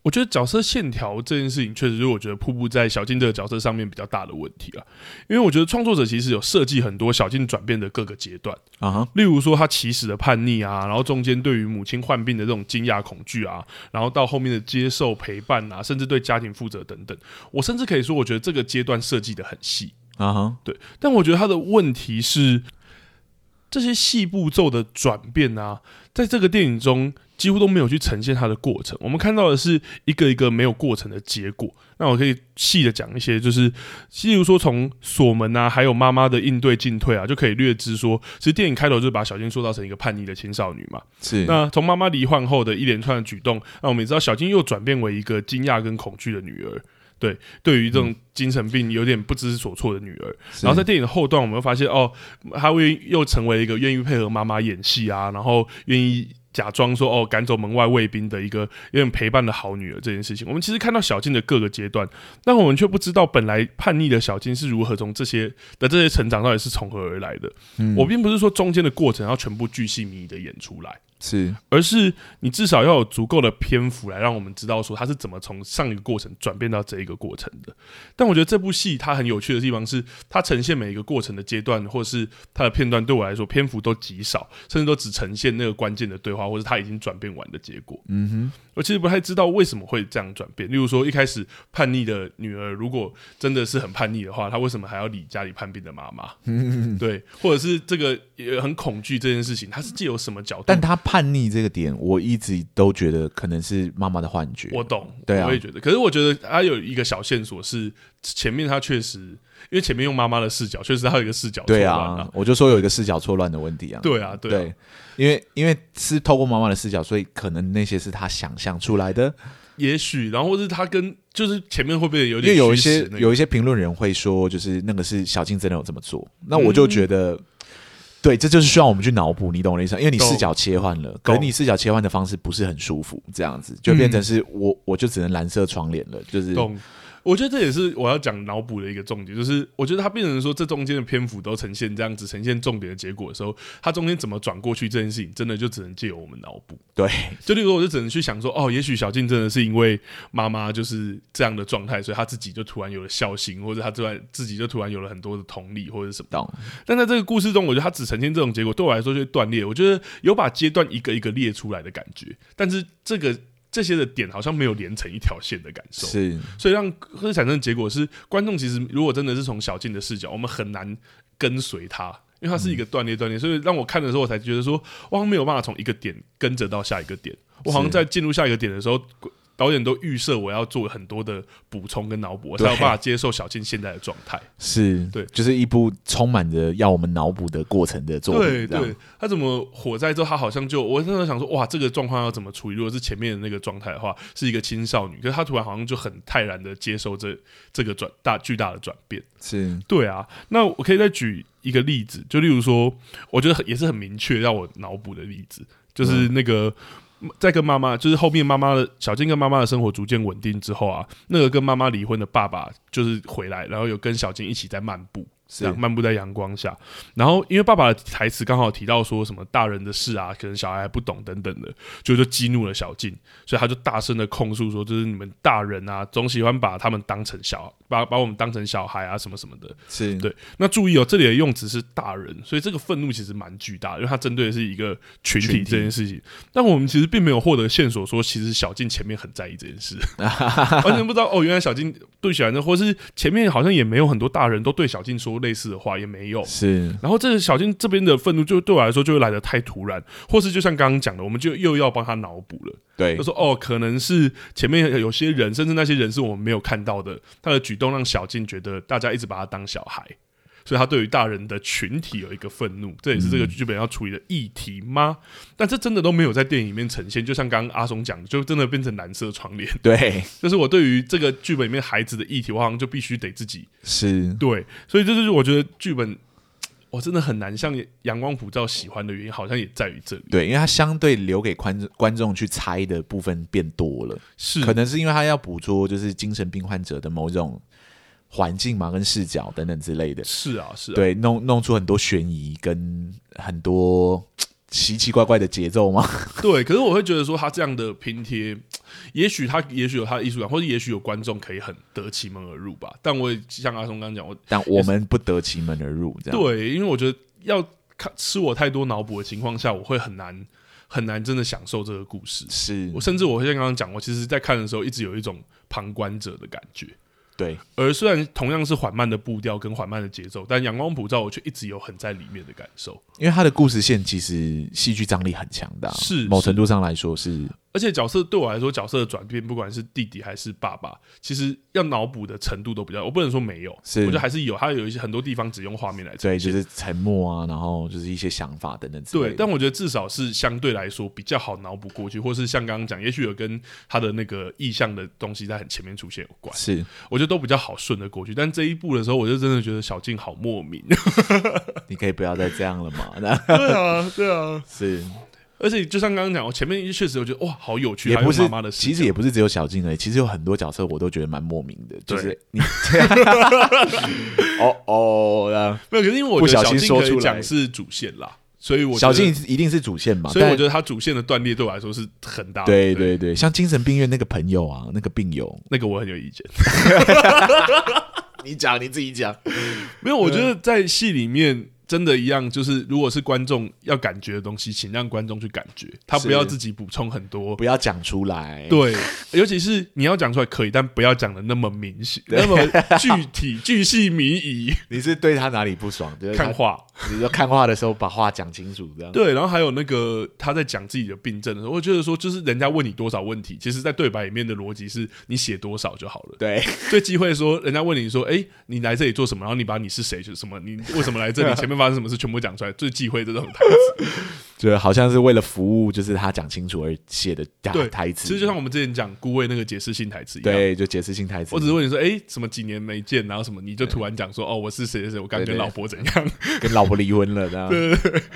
[SPEAKER 2] 我觉得角色线条这件事情，确实是我觉得瀑布在小静这个角色上面比较大的问题了。因为我觉得创作者其实有设计很多小静转变的各个阶段，
[SPEAKER 1] 啊哈，
[SPEAKER 2] 例如说她起始的叛逆啊，然后中间对于母亲患病的这种惊讶恐惧啊，然后到后面的接受陪伴啊，甚至对家庭负责等等。我甚至可以说，我觉得这个阶段设计的很细，
[SPEAKER 1] 啊哈，
[SPEAKER 2] 但我觉得他的问题是，这些细步骤的转变啊，在这个电影中几乎都没有去呈现它的过程。我们看到的是一个一个没有过程的结果。那我可以细的讲一些，就是例如说从锁门啊，还有妈妈的应对进退啊，就可以略知说，其实电影开头就是把小金塑造成一个叛逆的青少女嘛。
[SPEAKER 1] 是
[SPEAKER 2] 那从妈妈罹患后的一连串的举动，那我们也知道小金又转变为一个惊讶跟恐惧的女儿。对，对于这种精神病有点不知所措的女儿，然后在电影的后段，我们会发现哦，她会又成为一个愿意配合妈妈演戏啊，然后愿意假装说哦赶走门外卫兵的一个有点陪伴的好女儿这件事情。我们其实看到小静的各个阶段，但我们却不知道本来叛逆的小静是如何从这些的这些成长到底是从何而来的。
[SPEAKER 1] 嗯
[SPEAKER 2] 我并不是说中间的过程要全部巨细靡遗的演出来。
[SPEAKER 1] 是
[SPEAKER 2] 而是你至少要有足够的篇幅来让我们知道说他是怎么从上一个过程转变到这一个过程的。但我觉得这部戏它很有趣的地方是，它呈现每一个过程的阶段，或是它的片段，对我来说篇幅都极少，甚至都只呈现那个关键的对话，或是他已经转变完的结果。
[SPEAKER 1] 嗯
[SPEAKER 2] 我其实不太知道为什么会这样转变。例如说，一开始叛逆的女儿，如果真的是很叛逆的话，她为什么还要理家里叛变的妈妈？对，或者是这个也很恐惧这件事情，她是借由什么角度
[SPEAKER 1] 但他叛逆这个点，我一直都觉得可能是妈妈的幻觉。
[SPEAKER 2] 我懂，
[SPEAKER 1] 对啊
[SPEAKER 2] 我也觉得。可是我觉得他有一个小线索是，前面他确实，因为前面用妈妈的视角，确实他有一个视角错
[SPEAKER 1] 对
[SPEAKER 2] 乱
[SPEAKER 1] 啊，，我就说有一个视角错乱的问题啊。
[SPEAKER 2] 对啊，对啊。
[SPEAKER 1] 因为因为是透过妈妈的视角，所以可能那些是他想象出来的。
[SPEAKER 2] 也许，然后或是他跟就是前面会不会有
[SPEAKER 1] 因
[SPEAKER 2] 点
[SPEAKER 1] 为有一
[SPEAKER 2] 虚实
[SPEAKER 1] 些
[SPEAKER 2] 那个
[SPEAKER 1] 有一些评论人会说，就是那个是小静真的有这么做，那
[SPEAKER 2] 嗯
[SPEAKER 1] 我就觉得。对，这就是需要我们去脑补，你懂我的意思吗？因为你
[SPEAKER 2] 懂
[SPEAKER 1] 视角切换了，可是你视角切换的方式不是很舒服，这样子就变成是我、我就只能蓝色窗帘了，就是
[SPEAKER 2] 嗯懂？我觉得这也是我要讲脑补的一个重点，就是我觉得他变成说这中间的篇幅都呈现这样子，呈现重点的结果的时候，他中间怎么转过去这件事情，真的就只能借由我们脑补。
[SPEAKER 1] 对，
[SPEAKER 2] 就例如我就只能去想说，哦，也许小静真的是因为妈妈就是这样的状态，所以她自己就突然有了孝心，或者她突然自己就突然有了很多的同理或者什么。
[SPEAKER 1] 懂
[SPEAKER 2] 但在这个故事中，我觉得她只呈现这种结果，对我来说就是断裂。我觉得有把阶段一个一个列出来的感觉，但是这个这些的点好像没有连成一条线的感受。
[SPEAKER 1] 是
[SPEAKER 2] 所以让会产生的结果是，观众其实如果真的是从小静的视角，我们很难跟随他，因为他是一个断裂断
[SPEAKER 1] 嗯
[SPEAKER 2] 裂，所以让我看的时候，我才觉得说，我好像没有办法从一个点跟着到下一个点，我好像在进入下一个点的时候。导演都预设我要做很多的补充跟脑补，我才
[SPEAKER 1] 对
[SPEAKER 2] 有办法接受小静现在的状 态。
[SPEAKER 1] 是，
[SPEAKER 2] 对
[SPEAKER 1] 就是一部充满着要我们脑补的过程的作
[SPEAKER 2] 对
[SPEAKER 1] 品，这样
[SPEAKER 2] 对，他怎么火灾之后，他好像就我那时候想说，哇，这个状况要怎么处理？如果是前面的那个状态的话，是一个青少女，可是她突然好像就很泰然的接受这这个转大巨大的转变。
[SPEAKER 1] 是
[SPEAKER 2] 对啊，那我可以再举一个例子，就例如说，我觉得很也是很明确让我脑补的例子，就是那个。在跟妈妈，就是后面妈妈的小静跟妈妈的生活逐渐稳定之后啊，那个跟妈妈离婚的爸爸就是回来，然后有跟小静一起在漫步，这
[SPEAKER 1] 是
[SPEAKER 2] 样漫步在阳光下。然后因为爸爸的台词刚好提到说什么大人的事啊，可能小孩还不懂等等的，就就激怒了小静，所以他就大声的控诉说，就是你们大人啊，总喜欢把他们当成小，把把我们当成小孩啊，什么什么的。
[SPEAKER 1] 是
[SPEAKER 2] 对那注意哦，这里的用词是大人，所以这个愤怒其实蛮巨大的，因为它针对的是一个群体
[SPEAKER 1] 群体
[SPEAKER 2] 这件事情。但我们其实并没有获得线索说，其实小静前面很在意这件事，完全不知道哦，原来小静对小静，或是前面好像也没有很多大人都对小静说类似的话，也没有。
[SPEAKER 1] 是
[SPEAKER 2] 然后这个小静这边的愤怒，就对我来说就会来的太突然，或是就像刚刚讲的，我们就又要帮他脑补了。
[SPEAKER 1] 对
[SPEAKER 2] 就说哦，可能是前面有些人，甚至那些人是我们没有看到的，他的举动让小静觉得大家一直把他当小孩，所以他对于大人的群体有一个愤怒，这也是这
[SPEAKER 1] 嗯
[SPEAKER 2] 个剧本要处理的议题吗？但这真的都没有在电影里面呈现，就像刚刚阿松讲的，就真的变成蓝色窗帘。
[SPEAKER 1] 对
[SPEAKER 2] 就是我对于这个剧本里面孩子的议题，我好像就必须得自己
[SPEAKER 1] 是
[SPEAKER 2] 对，所以这就是我觉得剧本。我真的很难像阳光普照喜欢的原因，好像也在于这里。
[SPEAKER 1] 对，因为它相对留给观众观众去猜的部分变多了，
[SPEAKER 2] 是，
[SPEAKER 1] 可能是因为它要捕捉就是精神病患者的某种环境嘛，跟视角等等之类的，
[SPEAKER 2] 是啊，是啊，
[SPEAKER 1] 对，弄弄出很多悬疑跟很多奇奇怪怪的节奏 嘛。
[SPEAKER 2] 对，可是我会觉得说，他这样的拼贴，也许他也许有他的艺术感，或者也许有观众可以很得其门而入吧。但我也像阿松刚刚讲，我
[SPEAKER 1] 但我们不得其门而入，这样
[SPEAKER 2] 对，因为我觉得要看吃我太多脑补的情况下，我会很难很难真的享受这个故事。
[SPEAKER 1] 是
[SPEAKER 2] 我甚至我会像刚刚讲，我其实在看的时候一直有一种旁观者的感觉。
[SPEAKER 1] 对
[SPEAKER 2] 而虽然同样是缓慢的步调跟缓慢的节奏，但阳光普照我却一直有很在里面的感受。
[SPEAKER 1] 因为它的故事线其实戏剧张力很强大，
[SPEAKER 2] 是
[SPEAKER 1] 某
[SPEAKER 2] 是
[SPEAKER 1] 程度上来说是
[SPEAKER 2] 而且角色对我来说，角色的转变，不管是弟弟还是爸爸，其实要脑补的程度都比较，我不能说没有，
[SPEAKER 1] 是
[SPEAKER 2] 我觉得还是有，他有一些很多地方只用画面来
[SPEAKER 1] 对，
[SPEAKER 2] 呈
[SPEAKER 1] 就
[SPEAKER 2] 现。
[SPEAKER 1] 是沉默啊，然后就是一些想法等等之类
[SPEAKER 2] 对，
[SPEAKER 1] 的。
[SPEAKER 2] 但我觉得至少是相对来说比较好脑补过去，或是像刚刚讲，也许有跟他的那个意向的东西在很前面出现有关，
[SPEAKER 1] 是
[SPEAKER 2] 我觉得都比较好顺的过去。但这一步的时候，我就真的觉得小静好莫名。
[SPEAKER 1] 你可以不要再这样了嘛？那
[SPEAKER 2] 对啊，对 啊，
[SPEAKER 1] 是
[SPEAKER 2] 而且就像刚刚讲，我前面确实我觉得哇，好有趣，
[SPEAKER 1] 也不是
[SPEAKER 2] 还有妈妈的视
[SPEAKER 1] 其
[SPEAKER 2] 角，
[SPEAKER 1] 实也不是只有小静而已，其实有很多角色我都觉得蛮莫名的，就是你 哦哦，那
[SPEAKER 2] 没有，可是因为我觉得
[SPEAKER 1] 不小
[SPEAKER 2] 小
[SPEAKER 1] 心
[SPEAKER 2] 静可
[SPEAKER 1] 说出
[SPEAKER 2] 以
[SPEAKER 1] 来
[SPEAKER 2] 讲是主线啦，所以我觉
[SPEAKER 1] 小
[SPEAKER 2] 得
[SPEAKER 1] 静一定是主线嘛，
[SPEAKER 2] 所以我
[SPEAKER 1] 啊但
[SPEAKER 2] 觉得他主线的断裂对我来说是很大的。
[SPEAKER 1] 对对对，像精神病院那个朋友啊，那个病友，
[SPEAKER 2] 那个我很有 意见。
[SPEAKER 1] 你讲你自己讲，
[SPEAKER 2] 没有，我觉
[SPEAKER 1] 啊
[SPEAKER 2] 得在戏里面真的一样，就是如果是观众要感觉的东西，请让观众去感觉，他
[SPEAKER 1] 是
[SPEAKER 2] 不要自己补充很多。
[SPEAKER 1] 不要讲出来，
[SPEAKER 2] 对，尤其是你要讲出来可以，但不要讲的那么明显、那么具体、巨细靡遗。
[SPEAKER 1] 你是对他哪里不爽？就是他
[SPEAKER 2] 看话，
[SPEAKER 1] 你说看话的时候把话讲清楚，这样
[SPEAKER 2] 对，然后还有那个他在讲自己的病症的时候，我觉得说，就是人家问你多少问题，其实，在对白里面的逻辑是你写多少就好了。
[SPEAKER 1] 对
[SPEAKER 2] 最忌讳说，人家问你说：“哎、你来这里做什么？”然后你把你是谁、是什么、你为什么 来这里、前面发生什么事全部讲出来，最忌讳这种台词。
[SPEAKER 1] 就好像是为了服务，就是他讲清楚而写的
[SPEAKER 2] 对
[SPEAKER 1] 台
[SPEAKER 2] 其
[SPEAKER 1] 词，
[SPEAKER 2] 实就像我们之前讲顾魏那个解释性台词一样，
[SPEAKER 1] 对，就解释性台词
[SPEAKER 2] 我只是问你说：“哎、什么几年没见？”然后什么你就突然讲说：“哦，我是谁谁谁，我刚
[SPEAKER 1] 对
[SPEAKER 2] 跟
[SPEAKER 1] 对
[SPEAKER 2] 老婆怎样
[SPEAKER 1] 跟老婆离婚了，这样，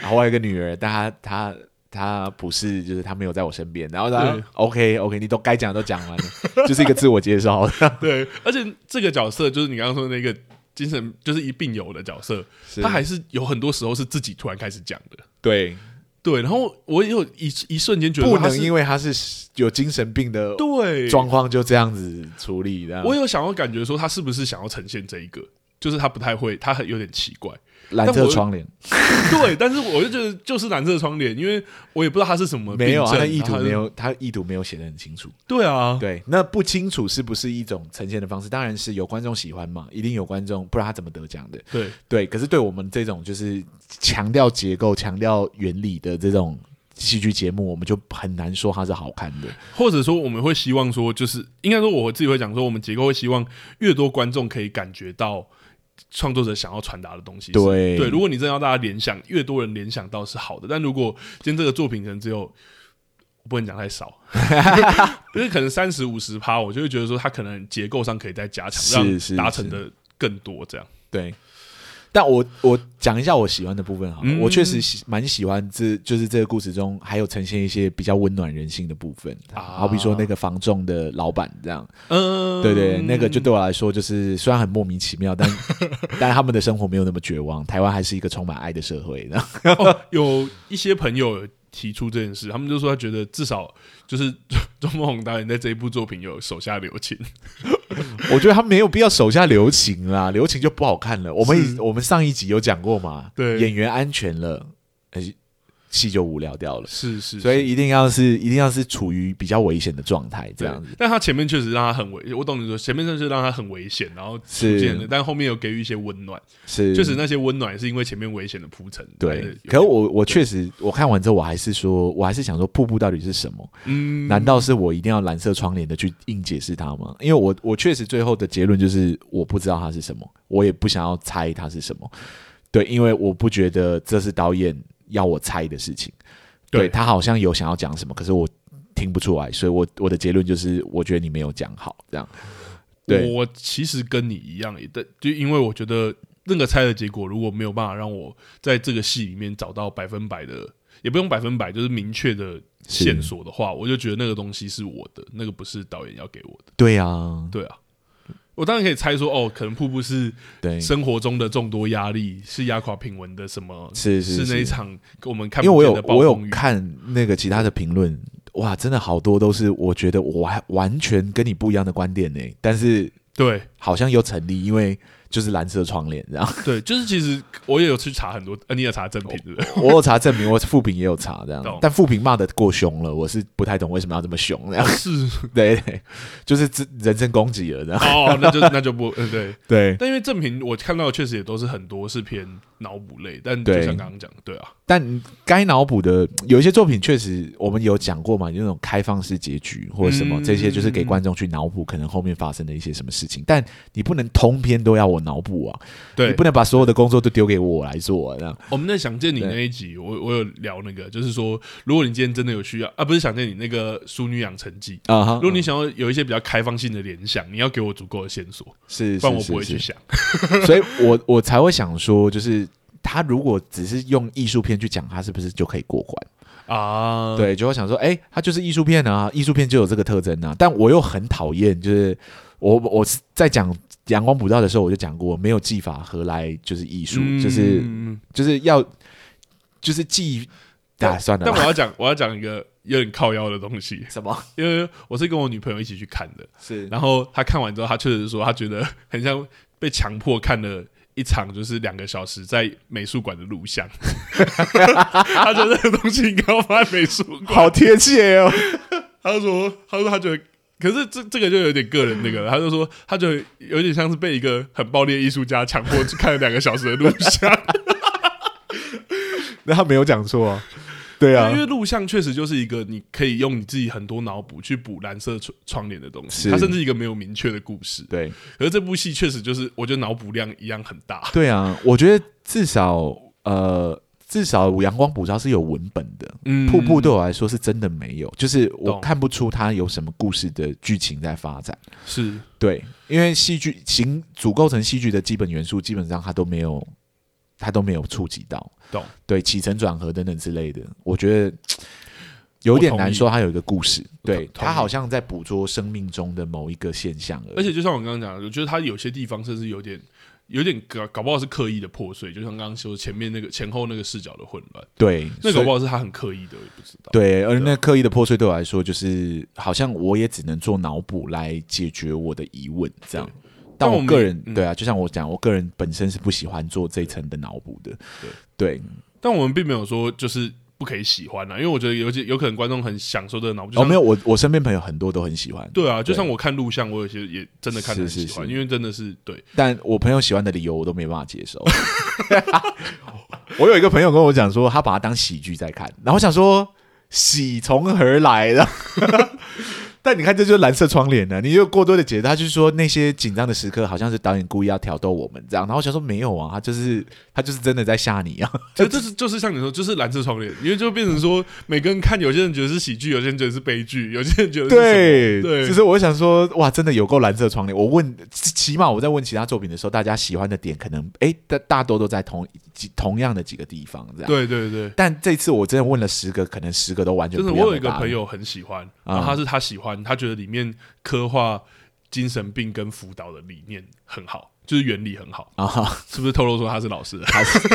[SPEAKER 1] 然后我有一个女儿，但她她她不是，就是她没有在我身边，然后她
[SPEAKER 2] 对
[SPEAKER 1] OK OK，你都该讲的都讲完了， 就是一个自我介绍，？”
[SPEAKER 2] 对，而且这个角色就是你刚刚说的那个精神就是一病友的角色，他还 是有很多时候是自己突然开始讲的。
[SPEAKER 1] 对，
[SPEAKER 2] 对，然后我也有一一瞬间觉得
[SPEAKER 1] 不
[SPEAKER 2] 说他
[SPEAKER 1] 能
[SPEAKER 2] 是
[SPEAKER 1] 因为她是有精神病的
[SPEAKER 2] 对
[SPEAKER 1] 状况就这样子处理的，
[SPEAKER 2] 我有想要感觉说他是不是想要呈现这一个，就是他不太会，他很有点奇怪。
[SPEAKER 1] 蓝色窗帘
[SPEAKER 2] 对，但是我就觉得就是蓝色窗帘，因为我也不知道他是什么
[SPEAKER 1] 没有啊，
[SPEAKER 2] 病
[SPEAKER 1] 她
[SPEAKER 2] 症
[SPEAKER 1] 意图
[SPEAKER 2] 然后
[SPEAKER 1] 没有，她意图没有写的很清楚，
[SPEAKER 2] 对啊，
[SPEAKER 1] 对，那不清楚是不是一种呈现的方式？当然是有观众喜欢嘛，一定有观众，不然他怎么得奖的？
[SPEAKER 2] 对
[SPEAKER 1] 对，可是对我们这种就是强调结构、强调原理的这种戏剧节目，我们就很难说它是好看的。
[SPEAKER 2] 或者说我们会希望说，就是应该说我自己会讲说，我们结构会希望越多观众可以感觉到创作者想要传达的东西是。
[SPEAKER 1] 对
[SPEAKER 2] 对，如果你真的要大家联想，越多人联想到是好的，但如果今天这个作品可能只有。我不能讲太少， 因为可能三十五十趴，我就会觉得说，它可能结构上可以再加强，
[SPEAKER 1] 是
[SPEAKER 2] 让
[SPEAKER 1] 是
[SPEAKER 2] 达成的更多这样。
[SPEAKER 1] 对，但我我讲一下我喜欢的部分好了，
[SPEAKER 2] 嗯
[SPEAKER 1] 我确实喜蛮喜欢这就是这个故事中还有呈现一些比较温暖人心的部分，
[SPEAKER 2] 啊
[SPEAKER 1] 好比说那个房仲的老板这样，
[SPEAKER 2] 嗯，
[SPEAKER 1] 对对，那个就对我来说就是虽然很莫名其妙，但 但他们的生活没有那么绝望，台湾还是一个充满爱的社会。然后
[SPEAKER 2] 哦，有一些朋友有提出这件事，他们就说他觉得至少就是 钟梦宏导演在这一部作品有手下留情，
[SPEAKER 1] 我觉得他没有必要手下留情啦，留情就不好看了。我们
[SPEAKER 2] 是
[SPEAKER 1] 以我们上一集有讲过嘛，
[SPEAKER 2] 对
[SPEAKER 1] 演员安全了，呃，戏就无聊掉了。
[SPEAKER 2] 是是
[SPEAKER 1] 所以一定要是一定要是处于比较危险的状态这样子。。
[SPEAKER 2] 但他前面确实让他很危，我懂你说，前面就是让他很危险，然后逐渐的，
[SPEAKER 1] 是
[SPEAKER 2] 但后面有给予一些温暖，
[SPEAKER 1] 是，
[SPEAKER 2] 确实那些温暖是因为前面危险的铺陈。
[SPEAKER 1] 对
[SPEAKER 2] 来得。有
[SPEAKER 1] 可我我确实我看完之后，我还是说，我还是想说，瀑布到底是什么？
[SPEAKER 2] 嗯，
[SPEAKER 1] 难道是我一定要蓝色窗帘的去硬解释它吗？因为我我确实最后的结论就是我不知道它是什么，我也不想要猜它是什么。对，因为我不觉得这是导演要我猜的事情。对
[SPEAKER 2] 对
[SPEAKER 1] 他好像有想要讲什么，可是我听不出来，所以我我的结论就是，我觉得你没有讲好。这样，对
[SPEAKER 2] 我其实跟你一样，也但就因为我觉得那个猜的结果如果没有办法让我在这个戏里面找到百分百的，也不用百分百，就是明确的
[SPEAKER 1] 是
[SPEAKER 2] 线索的话，我就觉得那个东西是我的，那个不是导演要给我的。
[SPEAKER 1] 对啊，
[SPEAKER 2] 对啊，我当然可以猜说，哦，可能瀑布是
[SPEAKER 1] 对，
[SPEAKER 2] 生活中的众多压力，是压垮品文的什么？
[SPEAKER 1] 是是
[SPEAKER 2] 那一场我们看
[SPEAKER 1] 因为
[SPEAKER 2] 不
[SPEAKER 1] 我
[SPEAKER 2] 见
[SPEAKER 1] 有
[SPEAKER 2] 的暴
[SPEAKER 1] 我有
[SPEAKER 2] 风雨
[SPEAKER 1] 看那个其他的评论，哇，真的好多都是我觉得我还完全跟你不一样的观点呢、但是
[SPEAKER 2] 对
[SPEAKER 1] 好像又成立，因为就是蓝色窗帘，然后
[SPEAKER 2] 对，就是其实我也有去查很多，呃，你也查正
[SPEAKER 1] 哦
[SPEAKER 2] 品对不对？
[SPEAKER 1] 我有查证明，我副评也有查这
[SPEAKER 2] 懂
[SPEAKER 1] 样，但副评骂的过凶了，我是不太懂为什么要这么凶，这样
[SPEAKER 2] 是
[SPEAKER 1] 对对，就是自人身攻击了这样，
[SPEAKER 2] 哦，那就那就不呃对，
[SPEAKER 1] 对，
[SPEAKER 2] 但因为正品我看到的确实也都是很多是偏脑补类，但就
[SPEAKER 1] 对
[SPEAKER 2] 像刚刚讲的，对啊，
[SPEAKER 1] 但该脑补的有一些作品确实我们有讲过嘛，就那种开放式结局或者什么，
[SPEAKER 2] 嗯
[SPEAKER 1] 这些就是给观众去脑补可能后面发生的一些什么事情。但你不能通篇都要我脑补啊，你
[SPEAKER 2] 对
[SPEAKER 1] 不，能把所有的工作都丢给我来做、啊，这样
[SPEAKER 2] 我们在想见你
[SPEAKER 1] 对
[SPEAKER 2] 那一集，我我有聊那个，就是说，如果你今天真的有需要啊，不是想见你那个《淑女养成记》。
[SPEAKER 1] 啊哈
[SPEAKER 2] 如果你想要有一些比较开放性的联想，你要给我足够的线索，
[SPEAKER 1] 是，
[SPEAKER 2] 不然我
[SPEAKER 1] 是
[SPEAKER 2] 不会
[SPEAKER 1] 是
[SPEAKER 2] 去
[SPEAKER 1] 是
[SPEAKER 2] 想。
[SPEAKER 1] 所以我我才会想说，就是他如果只是用艺术片去讲，他是不是就可以过关？
[SPEAKER 2] 啊，
[SPEAKER 1] 对，就会想说，哎、它就是艺术片啊，艺术片就有这个特征啊。但我又很讨厌，就是我我是在讲阳光普照的时候，我就讲过，没有技法何来就是艺术、
[SPEAKER 2] 嗯
[SPEAKER 1] 就是就是要就是技，
[SPEAKER 2] 但
[SPEAKER 1] 打、啊、算了
[SPEAKER 2] 但我
[SPEAKER 1] 啦，
[SPEAKER 2] 要讲，我要讲一个有点靠腰的东西，
[SPEAKER 1] 什么
[SPEAKER 2] 因为我是跟我女朋友一起去看的，
[SPEAKER 1] 是
[SPEAKER 2] 然后她看完之后，她确实说她觉得很像被强迫看了。一场就是两个小时在美术馆的录像， 她觉得这个东西应该要放在美术馆。
[SPEAKER 1] 好贴切哦，
[SPEAKER 2] 他说，他说他觉得，可是这这个就有点个人那个了。他就说，他觉得有点像是被一个很暴力的艺术家强迫去看了两个小时的录像，
[SPEAKER 1] 那他没有讲错、啊，对啊
[SPEAKER 2] 因，为录像确实就是一个你可以用你自己很多脑补去补蓝色窗窗帘的东西，
[SPEAKER 1] 是
[SPEAKER 2] 它甚至一个没有明确的故事。
[SPEAKER 1] 对
[SPEAKER 2] 可是这部戏确实就是，我觉得脑补量一样很大。
[SPEAKER 1] 对啊，我觉得至少呃。至少阳光普照是有文本的，
[SPEAKER 2] 嗯
[SPEAKER 1] 瀑布对我来说是真的没有，就是我
[SPEAKER 2] 懂
[SPEAKER 1] 看不出它有什么故事的剧情在发展。
[SPEAKER 2] 嗯是
[SPEAKER 1] 对，因为戏剧形组构成戏剧的基本元素，基本上它都没有，它都没有触及到。
[SPEAKER 2] 懂
[SPEAKER 1] 对起承转合等等之类的，我觉得有点难说它有一个故事。
[SPEAKER 2] 同
[SPEAKER 1] 对，
[SPEAKER 2] 同意
[SPEAKER 1] 它好像在捕捉生命中的某一个现象而已。
[SPEAKER 2] 而且就像我刚刚讲的，我觉得他有些地方甚至有点。有点搞搞不好是刻意的破碎，就像刚刚说前面那个前后那个视角的混乱，
[SPEAKER 1] 对，
[SPEAKER 2] 那搞
[SPEAKER 1] 所以
[SPEAKER 2] 不好是他很刻意的，我也不知道。
[SPEAKER 1] 对，而那刻意的破碎对我来说，就是好像我也只能做脑补来解决我的疑问，这样
[SPEAKER 2] 对。
[SPEAKER 1] 但
[SPEAKER 2] 但
[SPEAKER 1] 我
[SPEAKER 2] 我们
[SPEAKER 1] 个人
[SPEAKER 2] 嗯
[SPEAKER 1] 对啊，就像我讲，我个人本身是不喜欢做这一层的脑补的。对，
[SPEAKER 2] 但我们并没有说就是不可以喜欢啊，因为我觉得有些有可能观众很享受这个脑补，就
[SPEAKER 1] 哦，
[SPEAKER 2] 像、
[SPEAKER 1] 没有，我我身边朋友很多都很喜欢。
[SPEAKER 2] 对啊，就像我看录像，我有些也真的看得很喜
[SPEAKER 1] 是
[SPEAKER 2] 欢，
[SPEAKER 1] 是是
[SPEAKER 2] 因为真的是对
[SPEAKER 1] 但我朋友喜欢的理由我都没办法接受。 我有一个朋友跟我讲说，他把它当喜剧在看，然后我想说喜从何来的？ 但你看，这就是蓝色窗帘呢、啊你有过多的解读，他就是说那些紧张的时刻，好像是导演故意要挑逗我们这样。然后我想说没有啊，他就是他就是真的在吓你啊。
[SPEAKER 2] 这这是就是像你说，就是蓝色窗帘，因为就变成说每个人看，有些人觉得是喜剧，有些人觉得是悲剧，有些人觉得是
[SPEAKER 1] 对，
[SPEAKER 2] 对
[SPEAKER 1] 就是我想说，哇，真的有够蓝色窗帘。我问，起起码我在问其他作品的时候，大家喜欢的点可能，哎，大大多都在同几同样的几个地方这样。
[SPEAKER 2] 对对对。
[SPEAKER 1] 但这次我真的问了十个，可能十个都完全
[SPEAKER 2] 就是
[SPEAKER 1] 不
[SPEAKER 2] 我有
[SPEAKER 1] 样
[SPEAKER 2] 一
[SPEAKER 1] 的
[SPEAKER 2] 个
[SPEAKER 1] 答案
[SPEAKER 2] 朋，友很喜欢，
[SPEAKER 1] 嗯
[SPEAKER 2] 然后他是他喜欢，他觉得里面刻画精神病跟辅导的理念很好，就是原理很好，
[SPEAKER 1] 啊哈，
[SPEAKER 2] 是不是透露说他是老师？
[SPEAKER 1] 他是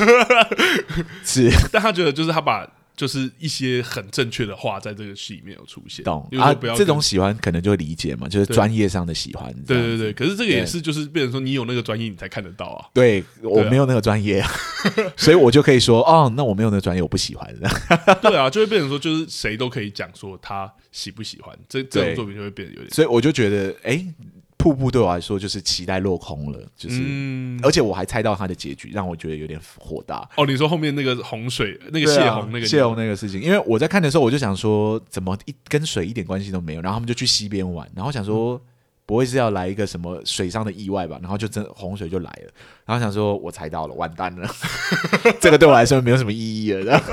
[SPEAKER 1] 是
[SPEAKER 2] 但他觉得就是他把就是一些很正确的话在这个戏里 面有出现，
[SPEAKER 1] 懂
[SPEAKER 2] 比如
[SPEAKER 1] 啊
[SPEAKER 2] 说不要，
[SPEAKER 1] 这
[SPEAKER 2] 跟
[SPEAKER 1] 种喜欢可能就会理解嘛，就是
[SPEAKER 2] 对
[SPEAKER 1] 专业上的喜欢。这
[SPEAKER 2] 对
[SPEAKER 1] 样
[SPEAKER 2] 对对，可是这个
[SPEAKER 1] 对
[SPEAKER 2] 也是就是变成说你有那个专业你才看得到 啊，
[SPEAKER 1] 对，我没有那个专 业，啊、所以我就可以说，哦，那我没有那个专业，我不喜欢。
[SPEAKER 2] 对啊，就会变成说就是谁都可以讲说他喜不喜欢，这这
[SPEAKER 1] 对
[SPEAKER 2] 种作品就会变得有点
[SPEAKER 1] 所以我就觉得，哎，瀑布对我来说就是期待落空了，就是。
[SPEAKER 2] 嗯。
[SPEAKER 1] 而且我还猜到他的结局，让我觉得有点火大。
[SPEAKER 2] 哦，你说后面那个洪水，那个
[SPEAKER 1] 对
[SPEAKER 2] 泄
[SPEAKER 1] 啊
[SPEAKER 2] 洪那个
[SPEAKER 1] 泄洪那个事情，因为我在看的时候，我就想说，怎么一跟水一点关系都没有？然后他们就去溪边玩，然后想
[SPEAKER 2] 嗯
[SPEAKER 1] 说，不会是要来一个什么水上的意外吧？然后就真洪水就来了，然后想说，我猜到了，完蛋了， 这个对我来说没有什么意义了。 然后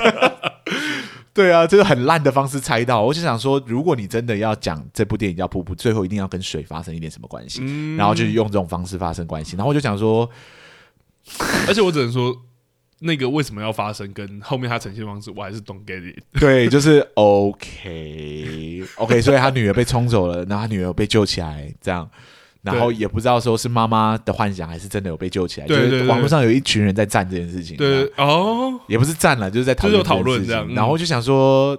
[SPEAKER 1] 对啊，这是很烂的方式猜到。我就想说，如果你真的要讲这部电影叫《瀑布》，最后一定要跟水发生一点什么关系，
[SPEAKER 2] 嗯
[SPEAKER 1] 然后就用这种方式发生关系。然后我就想说，
[SPEAKER 2] 而且我只能说，那个为什么要发生，跟后面它呈现方式，我还是 don't get it。
[SPEAKER 1] 对，就是 OK OK，所以他女儿被冲走了，然后他女儿被救起来，这样，然后
[SPEAKER 2] 对
[SPEAKER 1] 也不知道说是妈妈的幻想还是真的有被救起来，
[SPEAKER 2] 对对
[SPEAKER 1] 就是
[SPEAKER 2] 对
[SPEAKER 1] 网络上有一群人在赞这件事情，这
[SPEAKER 2] 对
[SPEAKER 1] 样，
[SPEAKER 2] 哦，
[SPEAKER 1] 也不是赞了，就是在讨论
[SPEAKER 2] 就是有讨论
[SPEAKER 1] 件事
[SPEAKER 2] 这样
[SPEAKER 1] 情
[SPEAKER 2] 嗯
[SPEAKER 1] 然后我就想说。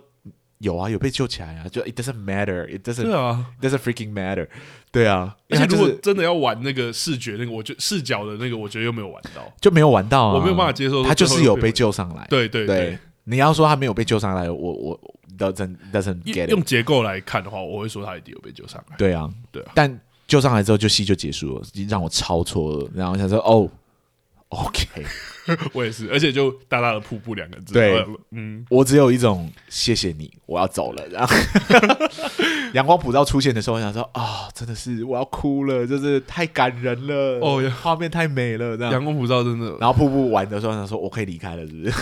[SPEAKER 1] 有啊，有被救起来啊！就 it doesn't matter, it doesn't
[SPEAKER 2] 对啊。
[SPEAKER 1] doesn't freaking matter。对啊，
[SPEAKER 2] 而且
[SPEAKER 1] 因为他就
[SPEAKER 2] 如果
[SPEAKER 1] 是
[SPEAKER 2] 真的要玩那个视觉那个，我觉视角的那个，我觉得又没有玩到，
[SPEAKER 1] 就没有玩到啊，
[SPEAKER 2] 我没有办法接受。
[SPEAKER 1] 他就是有被，救上来。
[SPEAKER 2] 对对对，
[SPEAKER 1] 你要说他没有被救上来，我我 doesn't doesn't
[SPEAKER 2] 用
[SPEAKER 1] get
[SPEAKER 2] 用
[SPEAKER 1] it。
[SPEAKER 2] 结构来看的话，我会说他一定有被救上来。
[SPEAKER 1] 对啊，
[SPEAKER 2] 对啊
[SPEAKER 1] 但救上来之后，就戏就结束了，让我超错愕。然后我想说，哦，OK，
[SPEAKER 2] 我也是，而且就大大的瀑布两个字。
[SPEAKER 1] 对
[SPEAKER 2] 呃，嗯，
[SPEAKER 1] 我只有一种谢谢你，我要走了。然后 阳光普照出现的时候，我想说，啊、真的是我要哭了，就是太感人了，
[SPEAKER 2] 哦呀
[SPEAKER 1] 画面太美了，这样。
[SPEAKER 2] 阳光普照真的
[SPEAKER 1] 然后瀑布玩的时候，想说我可以离开了，是 不是？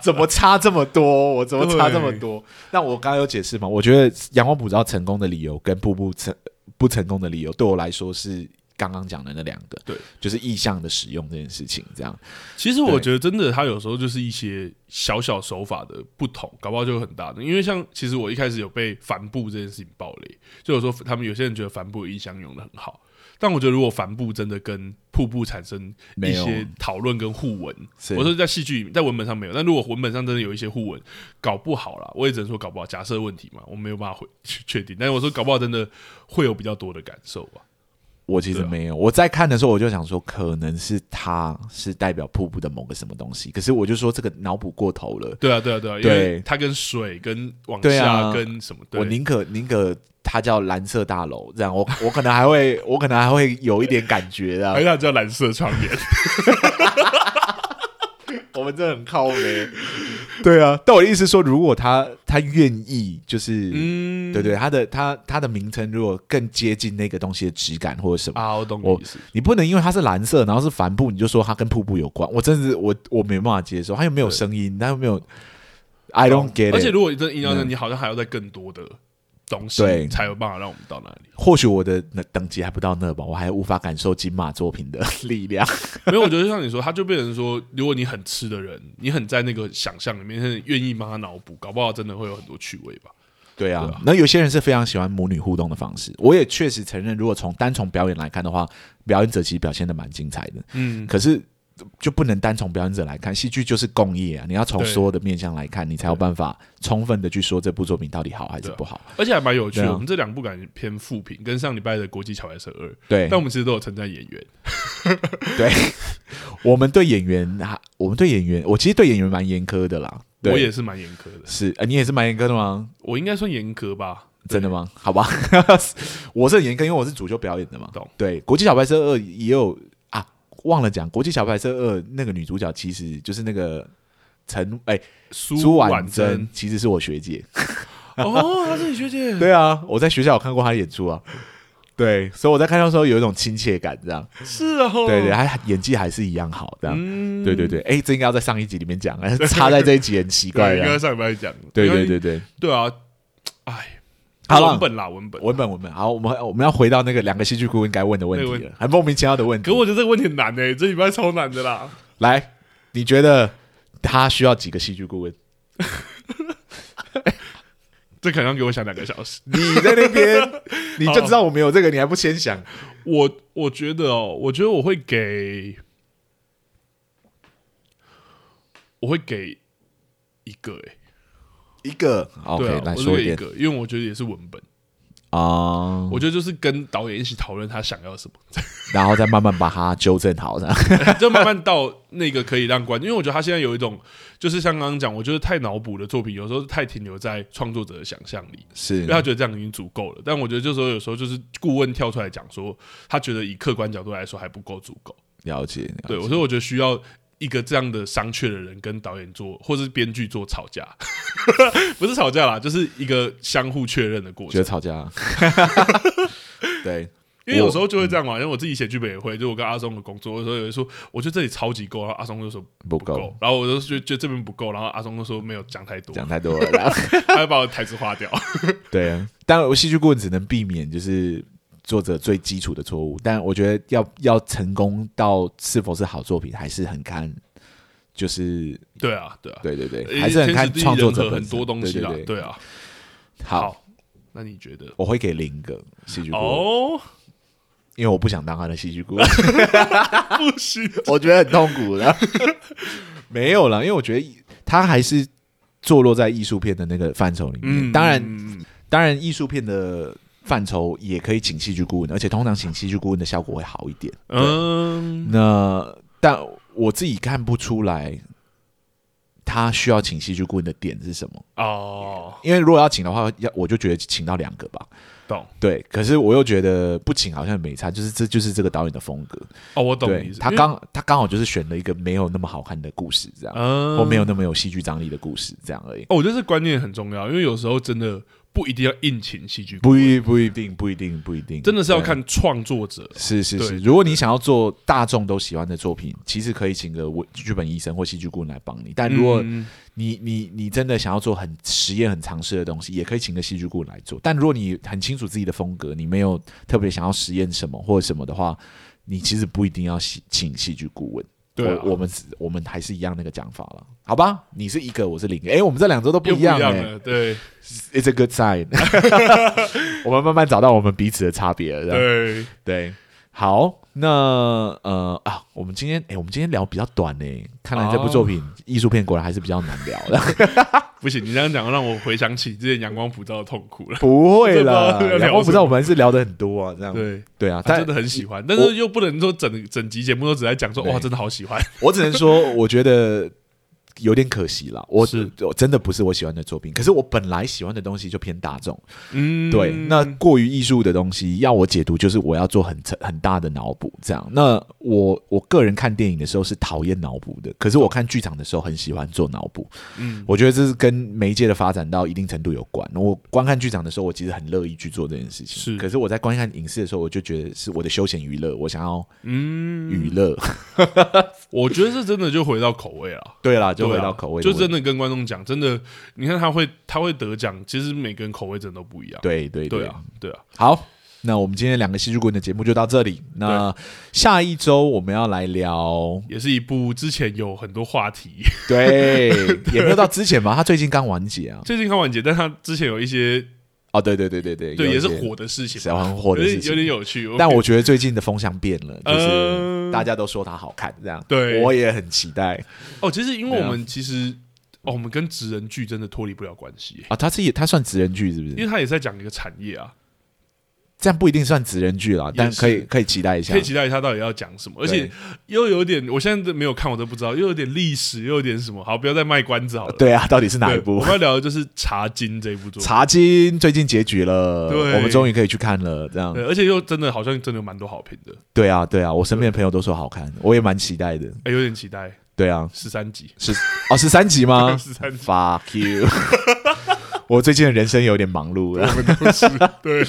[SPEAKER 1] 怎么差这么多？我怎么差这么多？那我刚刚有解释嘛？我觉得阳光普照成功的理由跟瀑布成不成功的理由，对我来说是刚刚讲的那两个，
[SPEAKER 2] 对，
[SPEAKER 1] 就是意向的使用这件事情，这样
[SPEAKER 2] 其实我
[SPEAKER 1] 对
[SPEAKER 2] 觉得真的，它有时候就是一些小小手法的不同，搞不好就有很大的。因为像其实我一开始有被帆布这件事情爆雷，就有时候他们有些人觉得帆布的意象用的很好，但我觉得如果帆布真的跟瀑布产生一
[SPEAKER 1] 没有
[SPEAKER 2] 些讨论跟互文，
[SPEAKER 1] 是
[SPEAKER 2] 我说在戏剧里在文本上没有，但如果文本上真的有一些互文，搞不好啦，我也只能说搞不好，假设问题嘛，我没有办法回去确定。但是我说搞不好真的会有比较多的感受吧。
[SPEAKER 1] 我其实
[SPEAKER 2] 对啊
[SPEAKER 1] 没有。我在看的时候，我就想说，可能是它是代表瀑布的某个什么东西，可是我就说这个脑补过头了。
[SPEAKER 2] 对啊，对啊，对啊，因
[SPEAKER 1] 对
[SPEAKER 2] 为它跟水、跟往
[SPEAKER 1] 对
[SPEAKER 2] 下、
[SPEAKER 1] 啊
[SPEAKER 2] 跟什么，对
[SPEAKER 1] 我宁可宁可它叫蓝色大楼，这样我我可能还会我可能还会有一点感觉的。
[SPEAKER 2] 还是它叫蓝色窗帘。
[SPEAKER 1] 我们真的很靠北。 对啊，但我的意思是说，如果他他愿意，就是、
[SPEAKER 2] 嗯，
[SPEAKER 1] 对对，他的他他的名称如果更接近那个东西的质感或者什么。
[SPEAKER 2] 啊，我懂
[SPEAKER 1] 我
[SPEAKER 2] 你意思。
[SPEAKER 1] 你不能因为它是蓝色，然后是帆布，你就说它跟瀑布有关。我真是我我没办法接受，它又没有
[SPEAKER 2] 对
[SPEAKER 1] 声音，它又没有，I don't get it。
[SPEAKER 2] 而且如果你真的硬要
[SPEAKER 1] 嗯
[SPEAKER 2] 那，你好像还要再更多的东西
[SPEAKER 1] 对，
[SPEAKER 2] 才有办法让我们到那里。
[SPEAKER 1] 或许我的等级还不到那吧，我还无法感受金马作品的 力量。
[SPEAKER 2] 没有，我觉得像你说，他就变成说，如果你很吃的人，你很在那个想象里面，很愿意帮他脑补，搞不好真的会有很多趣味吧。
[SPEAKER 1] 对啊
[SPEAKER 2] 对啊，
[SPEAKER 1] 那有些人是非常喜欢母女互动的方式，我也确实承认，如果从单从表演来看的话，表演者其实表现的蛮精彩的。
[SPEAKER 2] 嗯，
[SPEAKER 1] 可是就不能单从表演者来看，戏剧就是工业啊，你要从
[SPEAKER 2] 对
[SPEAKER 1] 所有的面向来看，你才有办法充分的去说这部作品到底好还是
[SPEAKER 2] 啊
[SPEAKER 1] 不好。
[SPEAKER 2] 而且还蛮有趣
[SPEAKER 1] 对
[SPEAKER 2] 的。
[SPEAKER 1] 啊
[SPEAKER 2] 我们这两部感觉偏负评，跟上礼拜的《国际小白蛇二》，
[SPEAKER 1] 对，
[SPEAKER 2] 但我们其实都有称赞演员。
[SPEAKER 1] 我们对演员啊，我们对演员，我其实对演员蛮严苛的啦。对
[SPEAKER 2] 我也是蛮严苛的，
[SPEAKER 1] 是、呃，你也是蛮严苛的吗？
[SPEAKER 2] 我应该算严格吧？对
[SPEAKER 1] 真的？吗？好吧， 我是很严苛，因为我是主修表演的嘛。
[SPEAKER 2] 懂
[SPEAKER 1] 对，国际小白蛇二也有啊，忘了讲，国际小白蛇二那个女主角其实就是那个陈哎
[SPEAKER 2] 苏
[SPEAKER 1] 朱
[SPEAKER 2] 婉
[SPEAKER 1] 婉
[SPEAKER 2] 珍
[SPEAKER 1] 珍，其实是我学姐。
[SPEAKER 2] 哦，她是你学 姐，
[SPEAKER 1] 对啊，我在学校有看过他的演出啊。对，所以我在看到的时候有一种亲切感，这样。
[SPEAKER 2] 是哦，
[SPEAKER 1] 对对，他演技还是一样好，这样。
[SPEAKER 2] 嗯
[SPEAKER 1] 对对对，哎，这应该要在上一集里面讲， 哎插在这一集很奇怪
[SPEAKER 2] 对，应
[SPEAKER 1] 啊
[SPEAKER 2] 该。上礼拜讲的，
[SPEAKER 1] 对
[SPEAKER 2] 因为
[SPEAKER 1] 对对对，
[SPEAKER 2] 对啊，哎，
[SPEAKER 1] 好了
[SPEAKER 2] 文本啦，文本。
[SPEAKER 1] 文本文本，好，我们我们要回到那个两个戏剧顾问该问的问
[SPEAKER 2] 那
[SPEAKER 1] 题
[SPEAKER 2] 个
[SPEAKER 1] 了，很莫名其妙的问题
[SPEAKER 2] 可。我觉得这个问题很难诶、这礼拜超难的啦。
[SPEAKER 1] 来，你觉得他需要几个戏剧顾 问？
[SPEAKER 2] 这可能要给我想两个小时。
[SPEAKER 1] 你在那边你就知道我没有这个，你还不先想？
[SPEAKER 2] 我我觉得哦，我觉得我会给，我会给一个诶、
[SPEAKER 1] 一个
[SPEAKER 2] 对
[SPEAKER 1] ，OK，
[SPEAKER 2] 啊，
[SPEAKER 1] 来
[SPEAKER 2] 我
[SPEAKER 1] 说一
[SPEAKER 2] 会给一嗯
[SPEAKER 1] 点
[SPEAKER 2] 个，因为我觉得也是文本，
[SPEAKER 1] 啊，
[SPEAKER 2] 我觉得就是跟导演一起讨论他想要什么，
[SPEAKER 1] 然后再慢慢把它纠正好，这样。
[SPEAKER 2] 就慢慢到那个可以让观，因为我觉得他现在有一种，就是像刚刚讲，我觉得太脑补的作品，有时候太停留在创作者的想象力。
[SPEAKER 1] 是
[SPEAKER 2] 因为他觉得这样已经足够了。但我觉得这时候有时候就是顾问跳出来讲说，他觉得以客观角度来说还不够足够。
[SPEAKER 1] 了解，了
[SPEAKER 2] 对，
[SPEAKER 1] 解
[SPEAKER 2] 我所以我觉得需要一个这样的商榷的人跟导演做，或是编剧做吵架， 不是吵架啦，就是一个相互确认的过
[SPEAKER 1] 觉
[SPEAKER 2] 程
[SPEAKER 1] 得。吵 架。对，
[SPEAKER 2] 因为有时候就会这样嘛，因为我自己写剧本也会，就我跟阿松的工作，有时候有人说，我觉得这里超级够，然后阿松就说
[SPEAKER 1] 不
[SPEAKER 2] 不够
[SPEAKER 1] 够，，
[SPEAKER 2] 然后我就觉得觉得这边不够，然后阿松就说没有讲太多，
[SPEAKER 1] 讲太多了。然后
[SPEAKER 2] 他就把我台词划掉。
[SPEAKER 1] 对啊，当然，我戏剧顾问只能避免就是作者最基础的错误。但我觉得要要成功到是否是好作品，还是很看，就是
[SPEAKER 2] 对啊，对啊，
[SPEAKER 1] 对对对，
[SPEAKER 2] 诶
[SPEAKER 1] 还是很看
[SPEAKER 2] 天时地利
[SPEAKER 1] 创作
[SPEAKER 2] 人
[SPEAKER 1] 者
[SPEAKER 2] 和
[SPEAKER 1] 本
[SPEAKER 2] 很
[SPEAKER 1] 身
[SPEAKER 2] 多东西啦
[SPEAKER 1] 对，对对
[SPEAKER 2] 对啊。
[SPEAKER 1] 好，
[SPEAKER 2] 好，那你觉得？
[SPEAKER 1] 我会给零个戏剧顾问，
[SPEAKER 2] 哦，
[SPEAKER 1] 因为我不想当他的戏剧 顾问。
[SPEAKER 2] 不 行，
[SPEAKER 1] 我觉得很痛苦 的。没有啦，因为我觉得他还是坐落在艺术片的那个范畴里面。当然，
[SPEAKER 2] 嗯
[SPEAKER 1] 当然艺术片的范畴也可以请戏剧顾问，而且通常请戏剧顾问的效果会好一点。
[SPEAKER 2] 嗯，
[SPEAKER 1] 那但我自己看不出来。他需要请戏剧顾问的点是什么？
[SPEAKER 2] 哦，
[SPEAKER 1] 因为如果要请的话，要我就觉得请到两个吧。
[SPEAKER 2] 懂
[SPEAKER 1] 对，可是我又觉得不请好像没差，就是这就是这个导演的风格。
[SPEAKER 2] 哦，我懂你
[SPEAKER 1] 对
[SPEAKER 2] 意思。
[SPEAKER 1] 他
[SPEAKER 2] 因为
[SPEAKER 1] 刚他刚好就是选了一个没有那么好看的故事，这样。
[SPEAKER 2] 嗯，
[SPEAKER 1] 或没有那么有戏剧张力的故事，这样而已。
[SPEAKER 2] 哦，我觉得这观念很重要，因为有时候真的不一定要硬请戏剧，
[SPEAKER 1] 不一不一定，不一定，不一定，
[SPEAKER 2] 真的是要
[SPEAKER 1] 对。
[SPEAKER 2] 看创作者。
[SPEAKER 1] 是是
[SPEAKER 2] 对
[SPEAKER 1] 是，如果你想要做大众都喜欢的作品，其实可以请个文剧本医生或戏剧顾问来帮你。但如果
[SPEAKER 2] 嗯
[SPEAKER 1] 你你你真的想要做很实验、很尝试的东西，也可以请个戏剧顾问来做。但如果你很清楚自己的风格，你没有特别想要实验什么或者什么的话，你其实不一定要戏请戏剧顾问。
[SPEAKER 2] 对啊
[SPEAKER 1] 我我们是我们还是一样那个讲法了，好吧？你是一个，我是零个，哎、我们这两周都不
[SPEAKER 2] 又不
[SPEAKER 1] 一
[SPEAKER 2] 一
[SPEAKER 1] 样、欸，
[SPEAKER 2] 样了，对
[SPEAKER 1] It's a good sign 。我们慢慢找到我们彼此的差别了。这样
[SPEAKER 2] 对，
[SPEAKER 1] 对，好，那呃啊，我们今天哎、诶我们今天聊比较短呢、看来这部
[SPEAKER 2] 哦
[SPEAKER 1] 作品艺术片果然还是比较难聊 的。
[SPEAKER 2] 不行，你这样讲让我回想起之前阳光普照的痛苦了。
[SPEAKER 1] 不会啦
[SPEAKER 2] 真的不知道要，聊
[SPEAKER 1] 然后不知
[SPEAKER 2] 什
[SPEAKER 1] 道
[SPEAKER 2] 么
[SPEAKER 1] 我们还是聊的很多啊，这样
[SPEAKER 2] 对，
[SPEAKER 1] 对啊。
[SPEAKER 2] 他
[SPEAKER 1] 但
[SPEAKER 2] 真的很喜欢，但是又不能说整整集节目都只在讲说哦
[SPEAKER 1] 对
[SPEAKER 2] 哇，真的好喜欢。
[SPEAKER 1] 我只能说，我觉得有点可惜啦。我
[SPEAKER 2] 是
[SPEAKER 1] 我真的不是我喜欢的作品，可是我本来喜欢的东西就偏大众。
[SPEAKER 2] 嗯，
[SPEAKER 1] 对，那过于艺术的东西，要我解读就是我要做很沉很大的脑补，这样。那我我个人看电影的时候是讨厌脑补的，可是我看剧场的时候很喜欢做脑补。
[SPEAKER 2] 嗯
[SPEAKER 1] 我觉得这是跟媒介的发展到一定程度有关。我观看剧场的时候，我其实很乐意去做这件事情。
[SPEAKER 2] 是
[SPEAKER 1] 可是我在观看影视的时候，我就觉得是我的休闲娱乐，我想要
[SPEAKER 2] 嗯，
[SPEAKER 1] 娱乐。
[SPEAKER 2] 我觉得是真的就回到口味了。
[SPEAKER 1] 对啦，
[SPEAKER 2] 对
[SPEAKER 1] 就
[SPEAKER 2] 啊
[SPEAKER 1] 回到口味的
[SPEAKER 2] 就
[SPEAKER 1] 问题、
[SPEAKER 2] 真的跟观众讲，真的，你看他会他会得奖，其实每个人口味真的都不一样。
[SPEAKER 1] 对对
[SPEAKER 2] 对啊，对啊，
[SPEAKER 1] 好，那我们今天两个戏剧顾问的节目就到这里。那下一周我们要来聊，
[SPEAKER 2] 也是一部之前有很多话题，
[SPEAKER 1] 对，也没有到之前吧，他最近刚完结啊。
[SPEAKER 2] 最近看完结，但他之前有一些
[SPEAKER 1] 哦，对对对对对，
[SPEAKER 2] 对
[SPEAKER 1] 有
[SPEAKER 2] 也
[SPEAKER 1] 一
[SPEAKER 2] 是
[SPEAKER 1] 些
[SPEAKER 2] 火的事情
[SPEAKER 1] 是
[SPEAKER 2] 嘛，
[SPEAKER 1] 很火的
[SPEAKER 2] 有
[SPEAKER 1] 事
[SPEAKER 2] 点有点
[SPEAKER 1] 情。
[SPEAKER 2] 有 趣。
[SPEAKER 1] 但我觉得最近的风向变了，就是
[SPEAKER 2] 呃
[SPEAKER 1] 大家都说它好看，这样，
[SPEAKER 2] 对
[SPEAKER 1] 我也很期待
[SPEAKER 2] 哦，其实因为
[SPEAKER 1] 对啊
[SPEAKER 2] 我们其实哦，我们跟职人剧真的脱离不了关系，
[SPEAKER 1] 啊。它是也它算职人剧是不
[SPEAKER 2] 因
[SPEAKER 1] 是？
[SPEAKER 2] 为他也是在讲一个产业啊，
[SPEAKER 1] 这样不一定算职人剧啦，但
[SPEAKER 2] 也是
[SPEAKER 1] 可以可以期待一下
[SPEAKER 2] 可以。期待他到底要讲什么，而且又有点，我现在都没有看，我都不知道，又有点历史，又有点什么。好，不要再卖关子好了。
[SPEAKER 1] 对啊，到底是哪
[SPEAKER 2] 对
[SPEAKER 1] 一部
[SPEAKER 2] 我？们要聊的就是《茶经》这一部作品。
[SPEAKER 1] 茶经最近结局了，
[SPEAKER 2] 对
[SPEAKER 1] 我们终于可以去看了。这样，
[SPEAKER 2] 对，而且又真的好像真的有蛮多好评的，
[SPEAKER 1] 对啊，对啊，我身边的朋友都说好看，我也蛮期待的。
[SPEAKER 2] 哎，有点期待
[SPEAKER 1] 对啊，
[SPEAKER 2] 十三集，
[SPEAKER 1] 是哦，十三集 吗
[SPEAKER 2] 13集
[SPEAKER 1] ？Fuck you！我最近的人生有点忙碌
[SPEAKER 2] 我
[SPEAKER 1] 了。
[SPEAKER 2] 们都是对，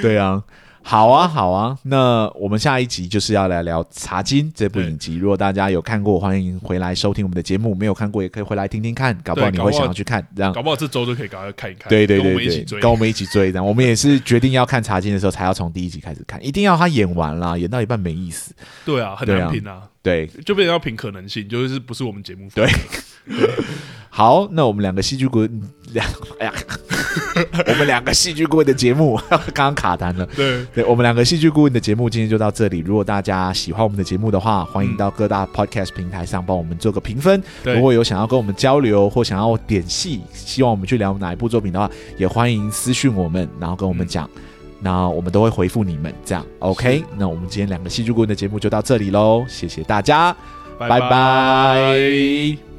[SPEAKER 1] 对啊，好啊，好啊。那我们下一集就是要来聊《茶经》这部影集。如果大家有看过，欢迎回来收听我们的节目；没有看过，也可以回来听听看，搞不好
[SPEAKER 2] 对
[SPEAKER 1] 你
[SPEAKER 2] 搞不好
[SPEAKER 1] 会想要去看。这样，
[SPEAKER 2] 搞不好这周就可以赶快看一看，
[SPEAKER 1] 对对
[SPEAKER 2] 跟
[SPEAKER 1] 对
[SPEAKER 2] 我们一起
[SPEAKER 1] 对，
[SPEAKER 2] 追
[SPEAKER 1] 跟。我们一起追。 这样，我们也是决定要看《茶经》的时候，才要从第一集开始看，一定要他演完啦，演到一半没意思。
[SPEAKER 2] 对啊，很
[SPEAKER 1] 对啊
[SPEAKER 2] 难评啊，
[SPEAKER 1] 对，
[SPEAKER 2] 就变成要评可能性，就是不是我们节目
[SPEAKER 1] 对好，那我们两个戏剧顾问，两哎呀， 我们两个戏剧顾问的节目 刚刚卡痰了。
[SPEAKER 2] 对，
[SPEAKER 1] 对我们两个戏剧顾问的节目今天就到这里。如果大家喜欢我们的节目的话，欢迎到各大 podcast 平台上帮我们做个评分。
[SPEAKER 2] 对
[SPEAKER 1] 如果有想要跟我们交流或想要点戏，希望我们去聊哪一部作品的话，也欢迎私讯我们，然后跟我们讲，那我们都会回复你们。这样 OK？那我们今天两个戏剧顾问的节目就到这里喽，谢谢大家，拜拜